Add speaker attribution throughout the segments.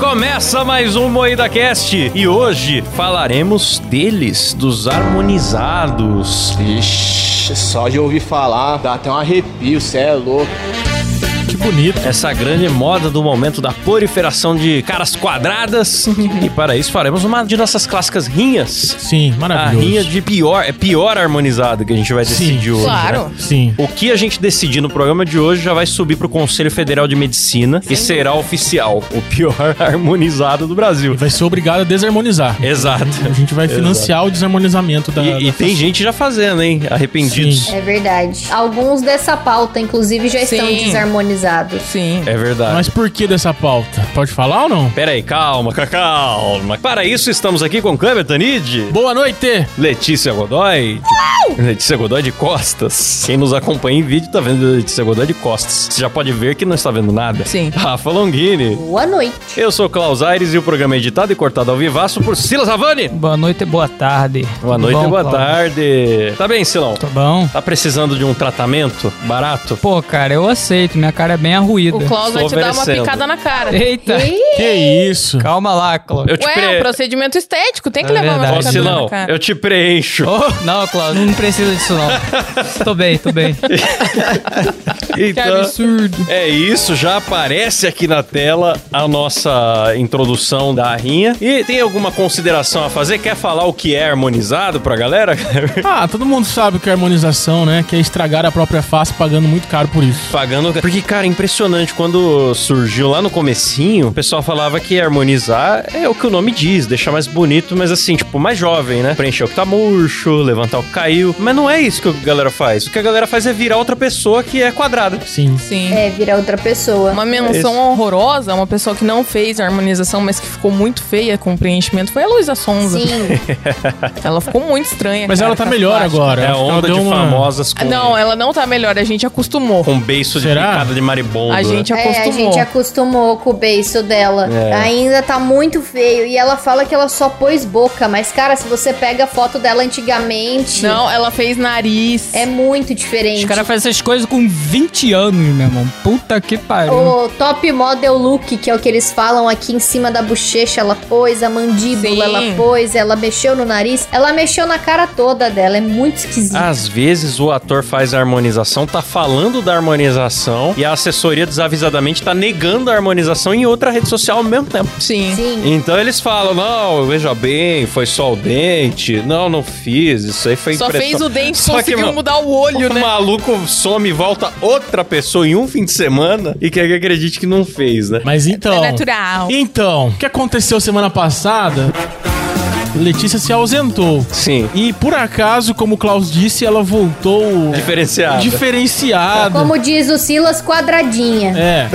Speaker 1: Começa mais um Moída Cast e hoje falaremos deles, dos harmonizados.
Speaker 2: Ixi, só de ouvir falar, dá até um arrepio, cê é louco.
Speaker 1: Que bonito. Essa grande moda do momento da proliferação de caras quadradas. e para isso faremos uma de nossas clássicas rinhas.
Speaker 3: Sim,
Speaker 1: A
Speaker 3: maravilhoso.
Speaker 1: rinha de pior, é pior harmonizado que a gente vai
Speaker 3: Sim.
Speaker 1: decidir hoje. né?
Speaker 4: Claro.
Speaker 3: Sim.
Speaker 1: O que a gente decidir no programa de hoje já vai subir pro Conselho Federal de Medicina e será oficial o pior harmonizado do Brasil.
Speaker 3: Vai ser obrigado a desarmonizar.
Speaker 1: Exato.
Speaker 3: A gente vai financiar o desarmonizamento da.
Speaker 1: E, e
Speaker 3: da-
Speaker 1: tem gente já fazendo, hein? Arrependidos.
Speaker 3: Sim.
Speaker 5: É verdade. Alguns dessa pauta, inclusive, já estão
Speaker 4: Sim.
Speaker 5: desarmonizados.
Speaker 4: Sim.
Speaker 1: É verdade.
Speaker 3: Mas por que dessa pauta? Pode falar ou não?
Speaker 1: Pera aí, calma, ca- calma. Para isso, estamos aqui com Kleber Tanid,
Speaker 3: Boa noite!
Speaker 1: Letícia Godoy, Letícia Godoy de Costas. Quem nos acompanha em vídeo tá vendo a Letícia Godoy de Costas. Você já pode ver que não está vendo nada.
Speaker 4: Sim.
Speaker 1: Rafa Longini.
Speaker 5: Boa noite.
Speaker 1: Eu sou Klaus Aires e o programa é editado e cortado ao vivaço por Silas Havani.
Speaker 6: Boa noite e boa tarde.
Speaker 1: Boa
Speaker 6: Tudo
Speaker 1: noite
Speaker 6: bom,
Speaker 1: e boa
Speaker 6: Cláudio?
Speaker 1: tarde. Tá bem, Silão?
Speaker 6: Tá bom?
Speaker 1: Tá precisando de um tratamento barato?
Speaker 6: Pô, cara, eu aceito. Minha cara é bem arruída.
Speaker 4: O Klaus vai
Speaker 1: Estou
Speaker 4: te dar uma
Speaker 1: oferecendo.
Speaker 4: picada na cara.
Speaker 6: Eita.
Speaker 3: Que isso?
Speaker 6: Calma lá, Cláudio.
Speaker 1: Eu te
Speaker 4: Ué, é um
Speaker 1: pre...
Speaker 4: procedimento estético, tem que
Speaker 6: É
Speaker 4: levar uma
Speaker 1: Ó,
Speaker 6: verdade.
Speaker 4: picada
Speaker 1: Silão,
Speaker 4: Tá na cara.
Speaker 1: eu te preencho.
Speaker 6: Oh, não, Cláudio, não precisa disso não. tô bem, tô bem. Que
Speaker 1: Então,
Speaker 6: absurdo.
Speaker 1: é isso, já aparece aqui na tela a nossa introdução da rinha. E tem alguma consideração a fazer? Quer falar o que é harmonizado pra galera?
Speaker 3: Ah, todo mundo sabe que é harmonização, né? Que é estragar a própria face pagando muito caro por isso.
Speaker 1: Pagando. Porque, cara, é impressionante. Quando surgiu lá no comecinho, o pessoal falava que harmonizar é o que o nome diz, deixar mais bonito, mas assim, tipo, mais jovem, né? Preencher o que tá murcho, levantar o que caiu. Mas não é isso que a galera faz. O que a galera faz é virar outra pessoa que é quadrada.
Speaker 3: Sim.
Speaker 4: Sim.
Speaker 5: É, virar outra pessoa.
Speaker 4: Uma menção
Speaker 1: Esse-
Speaker 4: horrorosa, uma pessoa que não fez a harmonização, mas que ficou muito feia com o preenchimento, foi a Luísa Sonza.
Speaker 5: Sim,
Speaker 4: Ela ficou muito estranha.
Speaker 3: Mas
Speaker 4: cara,
Speaker 3: ela tá
Speaker 4: com as
Speaker 3: melhor
Speaker 4: plásticas.
Speaker 3: agora.
Speaker 1: É a
Speaker 3: Acho que ela
Speaker 1: onda de
Speaker 3: deu uma-
Speaker 1: famosas com,
Speaker 4: Não, ela não tá melhor, a gente acostumou.
Speaker 1: com beiço de
Speaker 3: Será?
Speaker 1: picada de maribondo.
Speaker 4: A
Speaker 1: né?
Speaker 4: gente acostumou.
Speaker 5: é, a gente acostumou com o beiço dela.
Speaker 1: É.
Speaker 5: Ainda tá muito feio. E ela fala que ela só pôs boca. Mas, cara, se você pega a foto dela antigamente,
Speaker 4: Não, ela fez nariz.
Speaker 5: é muito diferente.
Speaker 6: Os caras fazem essas coisas com 20 anos, meu irmão. Puta que pariu.
Speaker 5: O top model look, que é o que eles falam aqui em cima da bochecha, ela pôs, a mandíbula
Speaker 4: Sim.
Speaker 5: ela pôs, ela mexeu no nariz, ela mexeu na cara toda dela, é muito esquisito.
Speaker 4: Ah.
Speaker 1: Às vezes o ator faz a harmonização, tá falando da harmonização e a assessoria desavisadamente tá negando a harmonização em outra rede social ao mesmo tempo.
Speaker 4: Sim.
Speaker 5: Sim.
Speaker 1: Então eles falam: não, veja bem, foi só o dente. Não, não fiz. Isso aí foi
Speaker 4: Só
Speaker 1: impressão.
Speaker 4: fez o dente,
Speaker 1: Só que,
Speaker 4: conseguiu
Speaker 1: mano,
Speaker 4: mudar o olho,
Speaker 1: o
Speaker 4: né?
Speaker 1: maluco some e volta outra pessoa em um fim de semana e quer que acredite que não fez, né?
Speaker 3: Mas então.
Speaker 4: É natural.
Speaker 3: Então, o que aconteceu semana passada? Letícia se ausentou.
Speaker 1: Sim.
Speaker 3: E por acaso, como o Klaus disse, ela voltou
Speaker 1: Diferenciado.
Speaker 3: diferenciada.
Speaker 5: Como diz o Silas, quadradinha.
Speaker 3: É.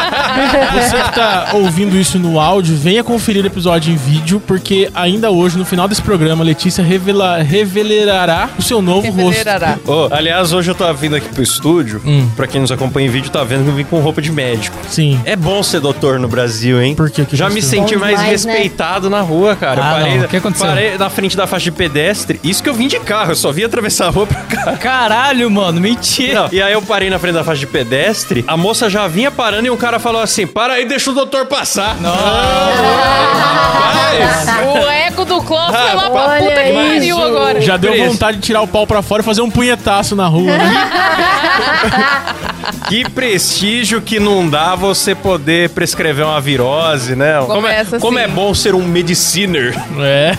Speaker 3: Você que tá ouvindo isso no áudio, venha conferir o episódio em vídeo, porque ainda hoje, no final desse programa, a Letícia revela, revelará o seu novo
Speaker 4: Fevereirará.
Speaker 1: Ô, aliás, hoje eu tava vindo aqui pro estúdio.
Speaker 6: Hum.
Speaker 1: Pra quem nos acompanha em vídeo, tá vendo que eu vim com roupa de médico.
Speaker 3: rosto. Sim.
Speaker 1: É bom ser doutor no Brasil, hein?
Speaker 3: Por que que
Speaker 1: Já
Speaker 3: você-
Speaker 1: me senti
Speaker 5: Bom
Speaker 1: mais
Speaker 5: demais, né?
Speaker 1: respeitado na rua, cara.
Speaker 6: Ah,
Speaker 1: eu parei,
Speaker 6: não. O que aconteceu?
Speaker 1: parei na frente da faixa de pedestre. Isso que eu vim de carro, eu só vim atravessar a rua pra cá.
Speaker 6: Caralho, mano, mentira.
Speaker 1: Não, e aí eu parei na frente da faixa de pedestre, a moça já vinha parando e um cara falou assim: para aí, deixa o doutor passar. Rapaz!
Speaker 4: O eco do Klaus foi lá pra
Speaker 5: Olha
Speaker 4: puta que
Speaker 5: aí.
Speaker 4: pariu agora.
Speaker 1: É,
Speaker 3: Já deu
Speaker 1: Preço.
Speaker 3: vontade de tirar o pau pra fora e fazer um punhetaço na rua. né?
Speaker 1: Que prestígio que não dá você poder prescrever uma virose, né? como é,
Speaker 4: Começa
Speaker 1: como é
Speaker 4: assim.
Speaker 1: bom ser um mediciner.
Speaker 3: é.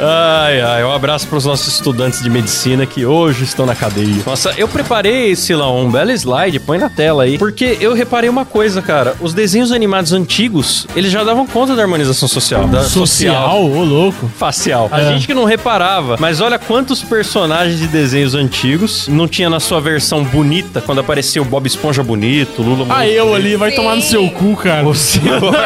Speaker 1: Ai, ai, um abraço para os nossos estudantes de medicina que hoje estão na cadeia. Nossa, eu preparei, Silão, um belo slide, põe na tela aí. Porque eu reparei uma coisa, cara. Os desenhos animados antigos, eles já davam conta da harmonização social. Da
Speaker 3: Social, ô louco.
Speaker 1: Facial. A
Speaker 3: É.
Speaker 1: gente que não reparava, mas olha quantos personagens de desenhos antigos não tinha na sua versão bonita, quando aparecia o Bob Esponja bonito, o Lula
Speaker 3: Ah,
Speaker 1: Molusco
Speaker 3: eu ali, vai
Speaker 4: Sim.
Speaker 3: tomar no seu cu, cara.
Speaker 1: o Cyborg.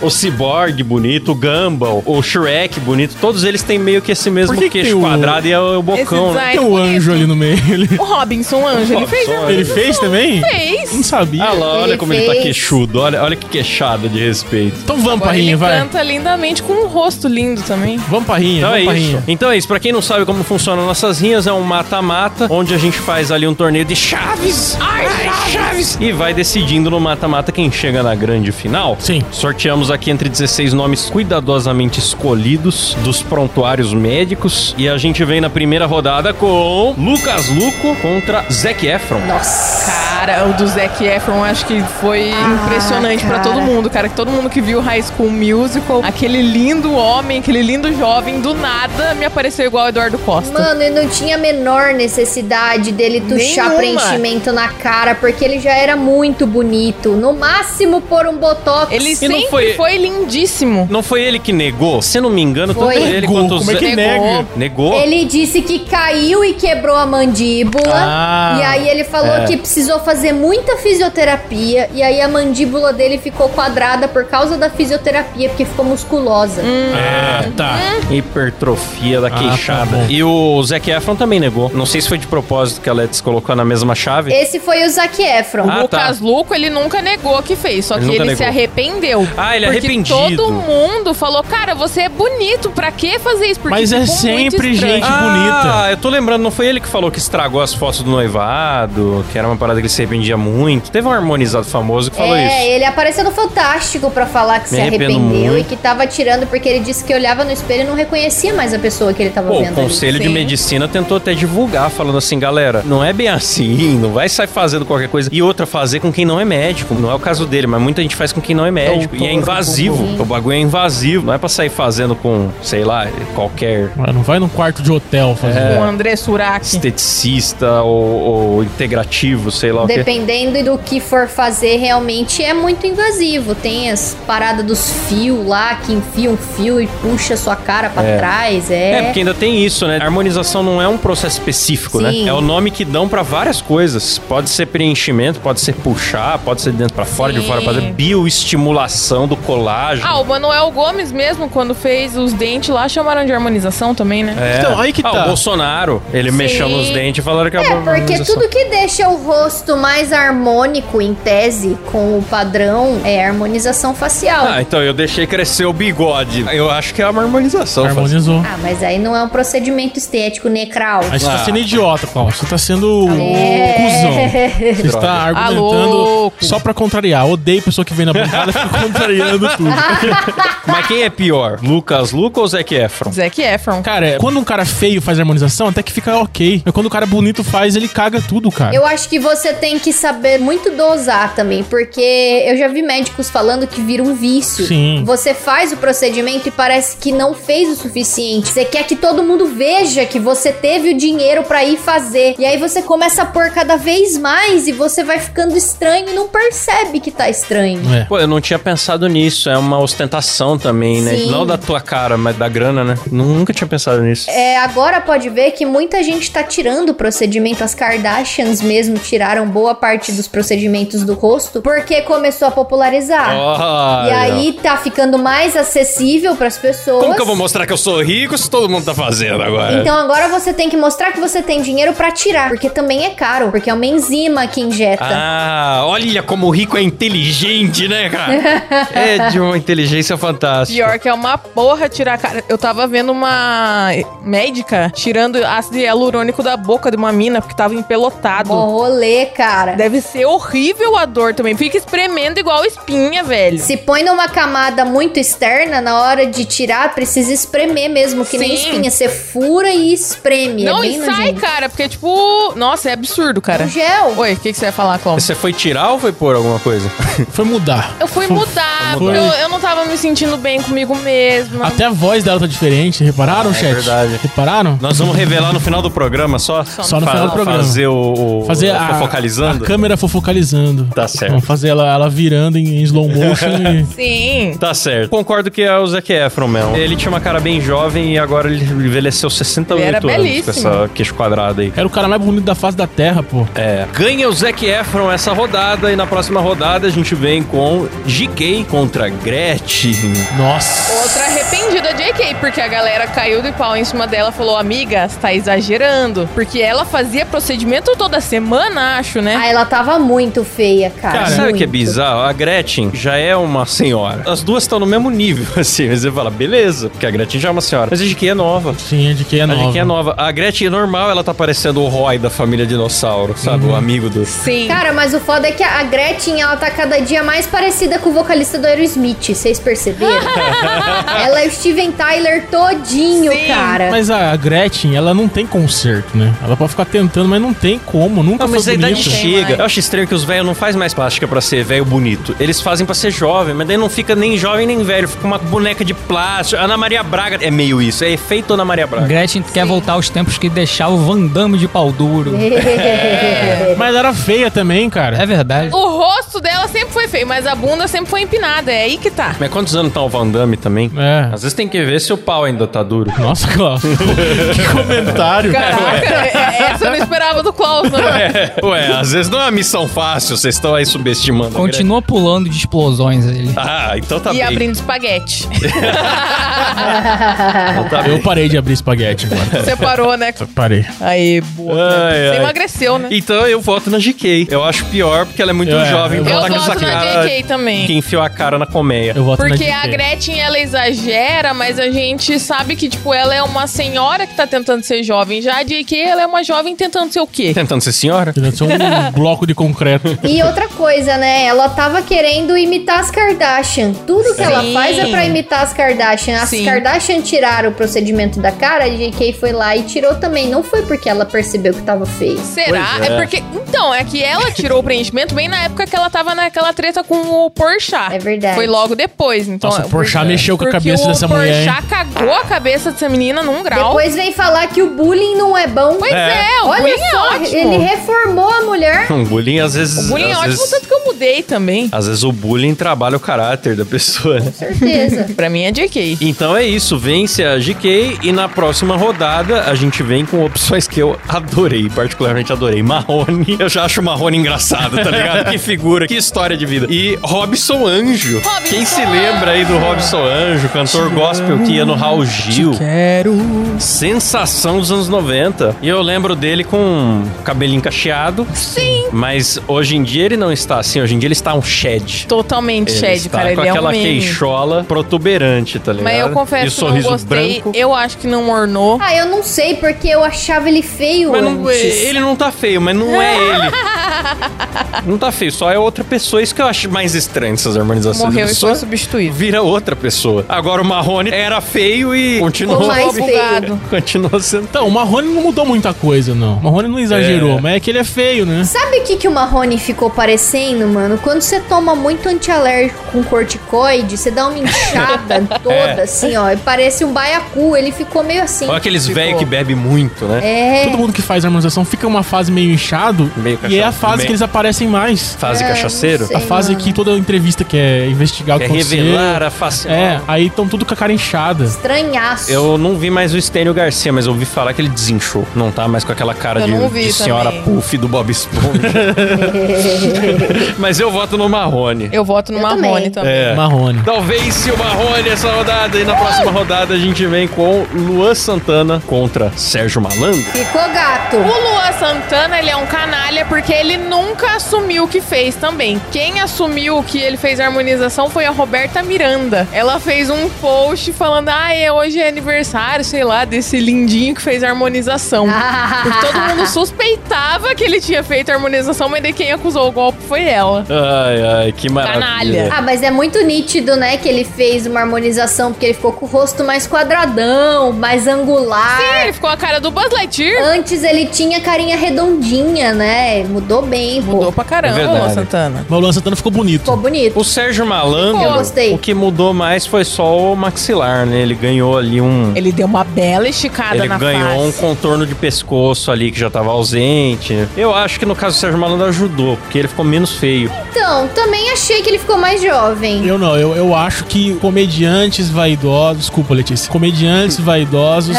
Speaker 1: o Cyborg bonito, o Gumball, o Shrek bonito, todos eles têm meio que esse mesmo
Speaker 3: Por que que
Speaker 1: queixo
Speaker 3: tem o-
Speaker 1: quadrado e é o bocão,
Speaker 4: Esse
Speaker 1: né?
Speaker 4: design-
Speaker 3: Tem o anjo ali no meio. Ele,
Speaker 4: O Robinson Anjo, ele fez.
Speaker 1: Robinson,
Speaker 4: a-
Speaker 3: ele fez também?
Speaker 4: Fez.
Speaker 3: Não sabia.
Speaker 1: Ah lá, olha
Speaker 5: Ele
Speaker 1: como ele tá
Speaker 5: fez.
Speaker 1: queixudo, olha, olha que queixada de respeito.
Speaker 3: Então vamos,
Speaker 4: Agora
Speaker 3: parrinha,
Speaker 4: ele
Speaker 3: vai.
Speaker 4: canta lindamente com um rosto lindo também.
Speaker 3: Vamos, parrinha,
Speaker 1: Então é,
Speaker 3: vamos,
Speaker 1: isso.
Speaker 3: parrinha.
Speaker 1: então é isso. Pra quem não sabe como funcionam nossas rinhas, é um mata-mata, onde a gente faz ali um torneio de chaves. Ai, chaves! E vai decidindo no mata-mata quem chega na grande final.
Speaker 3: Sim.
Speaker 1: Sorteamos aqui entre 16 nomes cuidadosamente escolhidos dos prontuários médicos. E a gente vem na primeira rodada com Lucas Luco contra Zac Efron.
Speaker 4: Cara, o do Zac Efron acho que foi
Speaker 3: Ah,
Speaker 4: impressionante pra
Speaker 5: cara.
Speaker 4: todo mundo, cara. Que todo mundo que viu High School Musical, aquele lindo homem, aquele lindo jovem, do nada me apareceu igual o Eduardo Costa.
Speaker 5: Mano, e não tinha a menor necessidade dele tuchar
Speaker 4: Nenhuma.
Speaker 5: preenchimento na cara, porque ele já era muito bonito. No máximo, por um botox.
Speaker 4: Ele
Speaker 1: não
Speaker 4: sempre
Speaker 1: foi-
Speaker 4: foi... lindíssimo.
Speaker 1: Não foi ele que negou? Se eu não me engano,
Speaker 5: Foi.
Speaker 1: tanto ele
Speaker 3: Negou,
Speaker 1: quanto o
Speaker 3: como é
Speaker 1: Zac...
Speaker 3: que
Speaker 4: negou.
Speaker 3: nega?
Speaker 1: Negou?
Speaker 5: Ele disse que caiu e quebrou a mandíbula.
Speaker 3: Ah,
Speaker 5: e aí ele falou que precisou fazer muita fisioterapia. E aí a mandíbula dele ficou quadrada por causa da fisioterapia, porque ficou musculosa.
Speaker 4: Hum.
Speaker 1: É.
Speaker 3: Ah, tá.
Speaker 1: Hipertrofia da
Speaker 3: tá
Speaker 1: queixada.
Speaker 3: bom.
Speaker 1: e o Zac Efron também negou. Não sei se foi de propósito que a Let's colocou na mesma chave.
Speaker 5: Esse foi o Zac Efron.
Speaker 1: Ah,
Speaker 4: o Lucas Luco, ele nunca negou que fez, só
Speaker 1: Ele
Speaker 4: que ele
Speaker 1: nunca
Speaker 4: se
Speaker 1: negou.
Speaker 4: arrependeu.
Speaker 1: Ah, ele é
Speaker 4: porque
Speaker 1: arrependido.
Speaker 4: todo mundo falou, cara, você é bonito, pra que fazer isso? Porque
Speaker 3: Mas é
Speaker 4: ficou muito
Speaker 3: sempre
Speaker 4: estranho."
Speaker 3: gente-
Speaker 1: Ah,
Speaker 3: bonita.
Speaker 1: eu tô lembrando, não foi ele que falou que estragou as fotos do noivado, que era uma parada que ele se arrependia muito. Teve um harmonizado famoso que falou
Speaker 5: é,
Speaker 1: isso.
Speaker 5: ele apareceu no Fantástico pra falar que
Speaker 1: Me
Speaker 5: se
Speaker 1: arrependo
Speaker 5: arrependeu e
Speaker 1: muito.
Speaker 5: que tava tirando porque ele disse que olhava no espelho e não reconhecia mais a pessoa que ele tava
Speaker 1: Pô, o
Speaker 5: vendo. ali.
Speaker 1: Conselho de
Speaker 4: Sim.
Speaker 1: Medicina tentou até divulgar, falando assim, galera, não é bem assim, não vai sair fazendo qualquer coisa. E outra, fazer com quem não é médico. Não é o caso dele, mas muita gente faz com quem não é médico. e é
Speaker 3: Doutor,
Speaker 1: invasivo.
Speaker 5: doutor.
Speaker 1: O bagulho é invasivo. Não é pra sair fazendo com, sei lá, qualquer
Speaker 3: Mano, não vai num quarto de hotel fazer.
Speaker 1: É,
Speaker 4: Com Ah, o André Surak.
Speaker 1: esteticista ou, ou integrativo, sei lá o quê.
Speaker 5: Dependendo do que for fazer, realmente é muito invasivo. Tem as paradas dos fios lá, que enfia um fio e puxa sua cara pra trás. É.
Speaker 1: É, porque ainda tem isso, né? Harmonização não é um processo específico,
Speaker 5: Sim.
Speaker 1: né? É o nome que dão pra várias coisas. Pode ser preenchimento, pode ser puxar, pode ser de dentro pra fora, de
Speaker 4: Sim.
Speaker 1: fora pra dentro. Bioestimulação do colágeno.
Speaker 4: Ah, o Manuel Gomes mesmo, quando fez os dentes lá, chamaram de harmonização também, né?
Speaker 1: É.
Speaker 3: Então, aí que
Speaker 1: Ah,
Speaker 3: tá.
Speaker 1: o Bolsonaro, ele
Speaker 4: Sim.
Speaker 1: mexeu nos dentes e falaram que
Speaker 5: É, porque tudo que deixa o rosto mais harmônico, em tese, com o padrão, é harmonização facial.
Speaker 1: Ah, então eu deixei crescer o bigode. Eu acho que é uma harmonização.
Speaker 3: Harmonizou.
Speaker 5: Ah, mas aí não é um procedimento estético, necral.
Speaker 3: Aí você tá
Speaker 1: Ah.
Speaker 3: sendo idiota, Paulo. Você tá sendo
Speaker 5: É.
Speaker 3: cuzão. Você está argumentando
Speaker 4: louco.
Speaker 3: só pra contrariar. Odeio pessoa que vem na bancada e fica contrariando tudo.
Speaker 1: Mas quem é pior? Lucas Luca ou Zac Efron?
Speaker 4: Zac Efron.
Speaker 3: Cara, é, quando um cara feio faz harmonização, até que fica ok. Mas quando o cara bonito faz, ele caga tudo, cara.
Speaker 5: Eu acho que você tem que saber muito dosar também, porque eu já vi médicos falando que vira um vício.
Speaker 3: Sim.
Speaker 5: Você faz o procedimento e parece que não fez o suficiente. Você quer que todo mundo veja que você teve o dinheiro pra ir fazer. E aí você começa a pôr cada vez mais e você vai ficando estranho e não percebe que tá estranho.
Speaker 3: É.
Speaker 1: Pô, eu não tinha pensado nisso. É uma ostentação também, né?
Speaker 5: Sim.
Speaker 1: Não da tua cara, mas da grana, né? Nunca tinha pensado nisso.
Speaker 5: É, agora pode ver que muita gente tá tirando o procedimento. As Kardashians mesmo tiraram boa parte dos procedimentos do rosto porque começou a
Speaker 3: É.
Speaker 5: popularizar.
Speaker 1: Olha.
Speaker 5: E aí tá ficando mais acessível pras pessoas.
Speaker 1: Como que eu vou mostrar que eu sou rico se todo mundo tá fazendo agora?
Speaker 5: Então agora você tem que mostrar que você tem dinheiro pra tirar, porque também é caro, porque é uma enzima que injeta.
Speaker 1: Ah, olha como o rico é inteligente, né, cara? é de uma inteligência fantástica.
Speaker 4: Pior que é uma porra tirar a cara. Eu tava vendo uma médica tirando ácido hialurônico da boca de uma mina, porque tava empelotado.
Speaker 5: Tá Bom rolê, cara.
Speaker 4: Deve ser horrível a dor também. Fica espremendo igual espinha, velho.
Speaker 5: Se põe numa camada muito externa, na hora de tirar, precisa espremer mesmo, que nem
Speaker 4: Sim.
Speaker 5: espinha. Você fura e espreme. é
Speaker 4: Não,
Speaker 5: bem
Speaker 4: e sai,
Speaker 5: nojento.
Speaker 4: cara, porque tipo. Nossa, é absurdo, cara.
Speaker 5: Um gel.
Speaker 4: Oi, o que, que você vai falar, Cláudio?
Speaker 1: Você foi tirar ou foi pôr alguma coisa?
Speaker 3: Foi mudar.
Speaker 4: Eu fui mudar,
Speaker 3: Foi.
Speaker 4: porque eu, eu não tava me sentindo bem comigo mesma.
Speaker 3: Até a voz dela tá diferente, repararam,
Speaker 1: é
Speaker 3: chat?
Speaker 1: verdade.
Speaker 3: Repararam?
Speaker 1: Nós vamos revelar no final do programa só?
Speaker 3: Só no final do programa.
Speaker 1: Fazer o. o
Speaker 3: Fazer a,
Speaker 1: Focalizando?
Speaker 3: a câmera fofocalizando.
Speaker 1: Tá certo.
Speaker 3: Vamos fazer ela, ela virando em, em slow motion e
Speaker 4: Sim.
Speaker 1: Tá certo. Concordo que é o Zac Efron mesmo. Ele tinha uma cara bem jovem e agora ele envelheceu 68
Speaker 4: Ele era
Speaker 1: anos com
Speaker 4: belíssimo.
Speaker 1: essa queixo quadrado aí.
Speaker 3: Era o cara mais bonito da face da Terra, pô.
Speaker 1: É. Ganha o Zac Efron essa rodada e na próxima rodada a gente vem com GK contra Gretchen.
Speaker 3: Nossa.
Speaker 4: Outra arrependida de AK, porque a galera caiu de pau em cima dela e falou: Amiga, você tá exagerando. Porque ela fazia procedimento toda semana, acho, né?
Speaker 5: Ah, ela tava muito feia,
Speaker 4: Ah,
Speaker 5: cara.
Speaker 1: Cara, sabe o
Speaker 5: muito.
Speaker 1: que é bizarro? A Gretchen já é uma senhora. As duas estão no mesmo nível, assim. Mas você fala, beleza, porque a Gretchen já é uma senhora. Mas a GK é nova.
Speaker 3: Sim, a de que é
Speaker 1: A
Speaker 3: nova.
Speaker 1: GK é nova. A Gretchen gente normal ela tá parecendo o Roy da família dinossauro, sabe? O amigo do.
Speaker 4: Sim.
Speaker 5: Cara, mas o foda é que a Gretchen, ela tá cada dia mais parecida com o vocalista do Aerosmith, vocês perceberam? ela é o Steven Tyler todinho,
Speaker 4: Sim.
Speaker 5: cara.
Speaker 3: Mas a Gretchen, ela não tem conserto, né? Ela pode ficar tentando, mas não tem como. Nunca
Speaker 1: Não,
Speaker 3: foi
Speaker 1: mas a idade
Speaker 3: bonito.
Speaker 4: Tem
Speaker 1: chega.
Speaker 4: mais.
Speaker 1: Eu acho estranho que os velhos não fazem mais plástica pra ser velho bonito. Eles fazem pra ser jovem, mas daí não fica nem jovem nem velho. Fica uma boneca de plástico. Ana Maria Braga é meio isso. É efeito Ana Maria Braga.
Speaker 6: Gretchen quer voltar aos tempos que deixava o Van Damme de pau duro.
Speaker 4: é.
Speaker 3: Mas ela era feia também, cara.
Speaker 6: É verdade.
Speaker 4: O rosto dela sempre foi feio, mas a bunda sempre foi empinada. É aí que tá.
Speaker 1: Mas quantos anos tá o Van Damme também?
Speaker 3: É.
Speaker 1: Às vezes tem que ver se o pau ainda tá duro.
Speaker 3: Nossa, Cláudio. que comentário.
Speaker 4: Caraca, é- é- essa eu não esperava do né? Klaus, não.
Speaker 1: É, ué, às vezes não é uma missão fácil, vocês estão aí subestimando. a
Speaker 6: Continua pulando de explosões ele.
Speaker 1: grande- Ah, então tá
Speaker 4: e
Speaker 1: bem.
Speaker 4: abrindo espaguete.
Speaker 1: então tá
Speaker 3: Eu
Speaker 1: bem.
Speaker 3: parei de abrir espaguete agora.
Speaker 4: Você parou, né?
Speaker 3: Parei.
Speaker 4: Aí, boa.
Speaker 1: É. Ai,
Speaker 4: Você
Speaker 1: ai.
Speaker 4: emagreceu, né?
Speaker 1: Então eu voto na GK. Eu acho pior porque ela é muito
Speaker 3: É,
Speaker 1: jovem.
Speaker 3: eu
Speaker 1: então ela
Speaker 4: voto.
Speaker 1: tá com
Speaker 4: Eu
Speaker 1: essa
Speaker 4: voto na
Speaker 1: cara
Speaker 4: JK também.
Speaker 1: Que enfiou a cara na colmeia.
Speaker 3: Eu voto na
Speaker 4: Porque
Speaker 3: GK.
Speaker 4: a Gretchen, ela exagera, mas a gente sabe que, tipo, ela é uma senhora que tá tentando ser jovem. Já a JK, ela é uma jovem tentando ser o quê?
Speaker 1: Tentando ser senhora?
Speaker 3: Deve ser um bloco de concreto.
Speaker 5: E outra coisa, né? Ela tava querendo imitar as Kardashian. Tudo que ela
Speaker 4: Sim.
Speaker 5: faz é pra imitar as Kardashian. As
Speaker 4: Sim.
Speaker 5: Kardashian tiraram o procedimento da cara, a JK foi lá e tirou também. Não foi porque ela percebeu que tava feio.
Speaker 4: Será?
Speaker 1: Pois é.
Speaker 4: é. porque... Então, é que ela tirou o preenchimento bem na época que ela tava naquela treta com o Porchat.
Speaker 5: É verdade.
Speaker 4: Foi logo depois, então...
Speaker 3: Nossa, o Porchat mexeu com a
Speaker 4: porque
Speaker 3: cabeça
Speaker 4: o
Speaker 3: dessa mulher, hein?
Speaker 4: Porchat cagou a cabeça dessa menina num grau.
Speaker 5: Depois vem falar que o bullying não é bom.
Speaker 4: Pois é, o
Speaker 5: Olha
Speaker 4: bullying
Speaker 5: só,
Speaker 4: é ótimo.
Speaker 5: ele reformou a mulher.
Speaker 1: Um bullying às vezes.
Speaker 4: O bullying é
Speaker 1: às
Speaker 4: ótimo,
Speaker 1: vezes,
Speaker 4: tanto que eu mudei também.
Speaker 1: às vezes o bullying trabalha o caráter da pessoa. né?
Speaker 5: Certeza.
Speaker 4: Pra mim é JK.
Speaker 1: Então é isso, vence a GK e na próxima rodada a gente vem com opções que eu adorei, particularmente adorei. Marrone, eu já acho o Marrone engraçado, tá ligado? que figura, que história de vida. E Robson Anjo.
Speaker 4: Robson
Speaker 1: Quem se lembra aí do Robson Anjo, cantor gospel que ia no Raul Gil?
Speaker 6: Quero.
Speaker 1: Sensação dos anos 90. E eu lembro dele com um cabelinho cacheado. Sim. Mas hoje em dia ele não está assim, hoje em dia ele está um shed.
Speaker 4: Totalmente
Speaker 1: Ele
Speaker 4: Shed,
Speaker 1: está
Speaker 4: cara.
Speaker 1: com
Speaker 4: Ele é um
Speaker 1: aquela
Speaker 4: meme.
Speaker 1: queixola protuberante, tá ligado?
Speaker 4: Mas eu
Speaker 1: e o
Speaker 4: confesso que não
Speaker 1: sorriso
Speaker 4: gostei.
Speaker 1: branco.
Speaker 4: Eu acho que não ornou.
Speaker 5: Ah, eu não sei porque eu achava ele feio
Speaker 1: Mas
Speaker 5: antes.
Speaker 1: não, ele não tá feio, mas não é ele. não tá feio, só é outra pessoa. Isso que eu acho mais estranho dessas harmonizações. A
Speaker 4: Morreu e
Speaker 1: pessoa
Speaker 4: foi substituído.
Speaker 1: Vira outra pessoa. Agora o Marrone era feio e continuou.
Speaker 5: Ficou mais feio.
Speaker 1: Continuou sendo.
Speaker 3: Então, o Marrone não mudou muita coisa, não. O Marrone não exagerou,
Speaker 1: É.
Speaker 3: mas é que ele é feio, né?
Speaker 5: Sabe o que, que o Marrone ficou parecendo, mano? Quando você toma muito antialérgico com corticoide, você dá uma inchada
Speaker 1: É.
Speaker 5: toda, assim, ó. E parece um baiacu. Ele ficou meio assim.
Speaker 1: Olha aqueles
Speaker 4: Ficou.
Speaker 1: velhos que bebem muito, né?
Speaker 5: É.
Speaker 3: Todo mundo que faz harmonização fica uma fase meio inchado
Speaker 1: Meio
Speaker 3: e é a
Speaker 1: cachaceiro.
Speaker 3: fase
Speaker 1: Meio-
Speaker 3: que eles aparecem mais.
Speaker 1: Fase
Speaker 5: É,
Speaker 1: cachaceiro.
Speaker 5: não sei.
Speaker 3: a fase
Speaker 5: mano.
Speaker 3: que toda entrevista quer investigar
Speaker 1: Quer
Speaker 3: o que aconteceu.
Speaker 1: revelar a face.
Speaker 3: É, aí estão tudo com a cara inchada.
Speaker 5: Estranhaço.
Speaker 1: Eu não vi mais o Estênio Garcia, mas ouvi falar que ele desinchou. Não tá mais com aquela cara
Speaker 4: Eu não
Speaker 1: de,
Speaker 4: vi
Speaker 1: de senhora
Speaker 4: também.
Speaker 1: puff do Bob Esponja. mas eu voto no Marrone.
Speaker 4: Eu voto no
Speaker 5: Eu
Speaker 4: Marrone também. Ah!
Speaker 5: também.
Speaker 1: É.
Speaker 3: Marrone.
Speaker 1: Talvez se o Marrone essa rodada. E na próxima rodada a gente vem com Luan Santana contra Sérgio Malandro.
Speaker 5: Ficou gato.
Speaker 4: O Luan Santana, ele é um canalha porque ele nunca assumiu o que fez também. Quem assumiu que ele fez a harmonização foi a Roberta Miranda. Ela fez um post falando, ah, é, hoje é aniversário, sei lá, desse lindinho que fez a harmonização.
Speaker 5: Ah.
Speaker 4: Porque todo mundo suspeitava que ele tinha feito a harmonização, mas de quem acusou o golpe foi ela.
Speaker 1: Ai, ai, que maravilha.
Speaker 4: Canalha.
Speaker 5: Ah, mas é muito nítido, né, que ele fez uma harmonização, porque ele ficou com o rosto mais quadradão, mais angular.
Speaker 4: Sim, ele ficou a cara do Buzz Lightyear.
Speaker 5: Antes ele tinha carinha redondinha, né? Mudou bem, pô.
Speaker 4: Mudou pra caramba,
Speaker 1: É
Speaker 4: o
Speaker 1: verdade.
Speaker 4: Luan Santana.
Speaker 3: Mas o Luan Santana ficou bonito.
Speaker 5: Ficou bonito.
Speaker 1: O Sérgio
Speaker 5: Eu
Speaker 1: Malandro,
Speaker 5: gostei.
Speaker 1: o que mudou mais foi só o maxilar, né? Ele ganhou ali um.
Speaker 4: Ele deu uma bela esticada
Speaker 1: Ele
Speaker 4: na
Speaker 1: ganhou um
Speaker 4: face.
Speaker 1: contorno de pescoço ali que já tava ausente. Eu acho que no caso do Sérgio Malandro ajudou, porque ele ficou menos feio.
Speaker 5: Então, também achei que ele ficou mais jovem.
Speaker 3: Eu não, eu, eu acho que comediantes vaidosos. Desculpa, Letícia. Comediantes vaidosos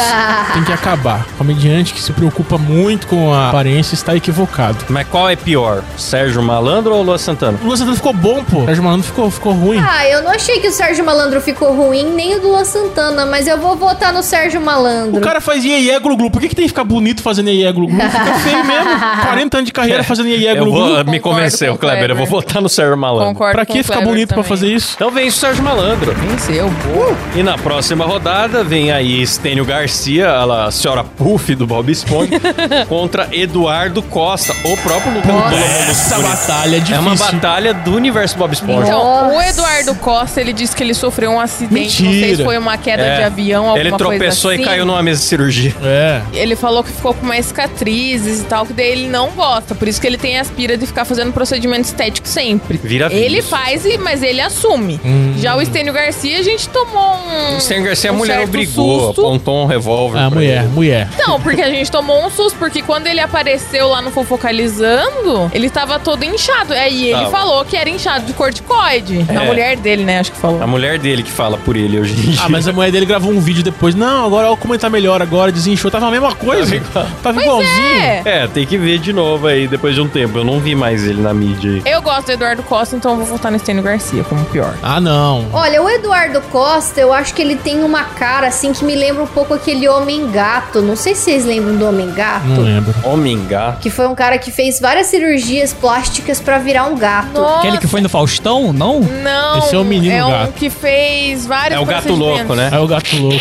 Speaker 3: tem que acabar. Comediante que se preocupa muito com a aparência está equivocado.
Speaker 1: Mas qual é pior? Sérgio Malandro ou Lua Santana?
Speaker 3: O Luan Santana ficou bom, pô. O Sérgio Malandro ficou, ficou ruim.
Speaker 5: Ah, eu não achei que o Sérgio Malandro ficou ruim, nem o do Luan Santana, mas eu vou votar no Sérgio Malandro.
Speaker 3: O cara faz iê glu-glu. Por que, que tem que ficar bonito fazendo iê glu-glu? Fica feio mesmo. 40 anos de carreira fazendo iê
Speaker 1: Eu vou,
Speaker 3: glu-glu.
Speaker 1: me
Speaker 4: Concordo
Speaker 1: convenceu,
Speaker 4: com o
Speaker 1: Kleber. Eu vou
Speaker 4: Kleber.
Speaker 1: votar no Sérgio Malandro.
Speaker 4: Concordo
Speaker 3: Pra
Speaker 4: com
Speaker 3: que
Speaker 4: o
Speaker 3: ficar
Speaker 4: Kleber
Speaker 3: bonito pra
Speaker 4: também.
Speaker 3: fazer Uh, isso?
Speaker 1: Então vem o Sérgio Malandro.
Speaker 4: Venceu, boa.
Speaker 1: E na próxima rodada vem aí Estênio Garcia, a la- a senhora Puff do Bob Esponja, contra Eduardo Costa, o próprio Lula.
Speaker 3: Essa batalha é difícil.
Speaker 1: É uma batalha do universo Bob Esponja.
Speaker 4: Então, o
Speaker 5: Nossa.
Speaker 4: Eduardo Costa, ele disse que ele sofreu um acidente, não sei se
Speaker 3: Mentira.
Speaker 4: foi uma queda
Speaker 1: É.
Speaker 4: de avião, alguma
Speaker 1: Ele tropeçou
Speaker 4: coisa assim.
Speaker 1: e caiu numa mesa de cirurgia.
Speaker 3: É.
Speaker 4: Ele falou que ficou com mais cicatrizes e tal, que daí ele não gosta. Por isso que ele tem aspira de ficar fazendo procedimento estético sempre.
Speaker 1: Vira
Speaker 4: Ele
Speaker 1: vírus.
Speaker 4: faz, e- mas ele assume.
Speaker 1: Hum.
Speaker 4: Já o Estênio Garcia, a gente tomou um.
Speaker 1: O Estênio Garcia, é a
Speaker 4: um
Speaker 1: mulher
Speaker 4: certo
Speaker 1: obrigou,
Speaker 4: susto.
Speaker 1: apontou um revólver.
Speaker 3: Ah,
Speaker 1: pra
Speaker 3: mulher,
Speaker 1: ele.
Speaker 3: mulher.
Speaker 4: Não, porque a gente tomou um susto, porque quando ele apareceu lá no Fofocalizando, ele tava todo inchado. É, e ele
Speaker 1: Tava.
Speaker 4: falou que era inchado de corticoide. A
Speaker 1: É.
Speaker 4: mulher dele, né? Acho que falou.
Speaker 1: A mulher dele que fala por ele hoje em dia.
Speaker 3: Ah, mas a mulher dele gravou um vídeo depois. Não, agora olha como ele tá melhor agora, desinchou. Tava a mesma coisa.
Speaker 1: Tava igual.
Speaker 3: Tava igualzinho.
Speaker 4: É.
Speaker 1: É, tem que ver de novo aí depois de um tempo. Eu não vi mais ele na mídia aí.
Speaker 4: É, Eu gosto do Eduardo Costa, então eu vou votar no Estênio Garcia como pior.
Speaker 3: Ah, não.
Speaker 5: Olha, o Eduardo Costa, eu acho que ele tem uma cara assim que me lembra um pouco aquele Homem Gato. Não sei se vocês lembram do Homem Gato.
Speaker 3: Não lembro.
Speaker 1: Homem gato.
Speaker 5: Que foi um cara que fez várias cirurgias plásticas pra virar um gato.
Speaker 6: Aquele que foi no Faustão? Não?
Speaker 4: Não,
Speaker 3: Esse é o menino
Speaker 4: é um
Speaker 3: gato.
Speaker 4: que fez vários
Speaker 1: É o gato louco,
Speaker 4: procedimentos.
Speaker 1: né?
Speaker 3: Aí o gato louco.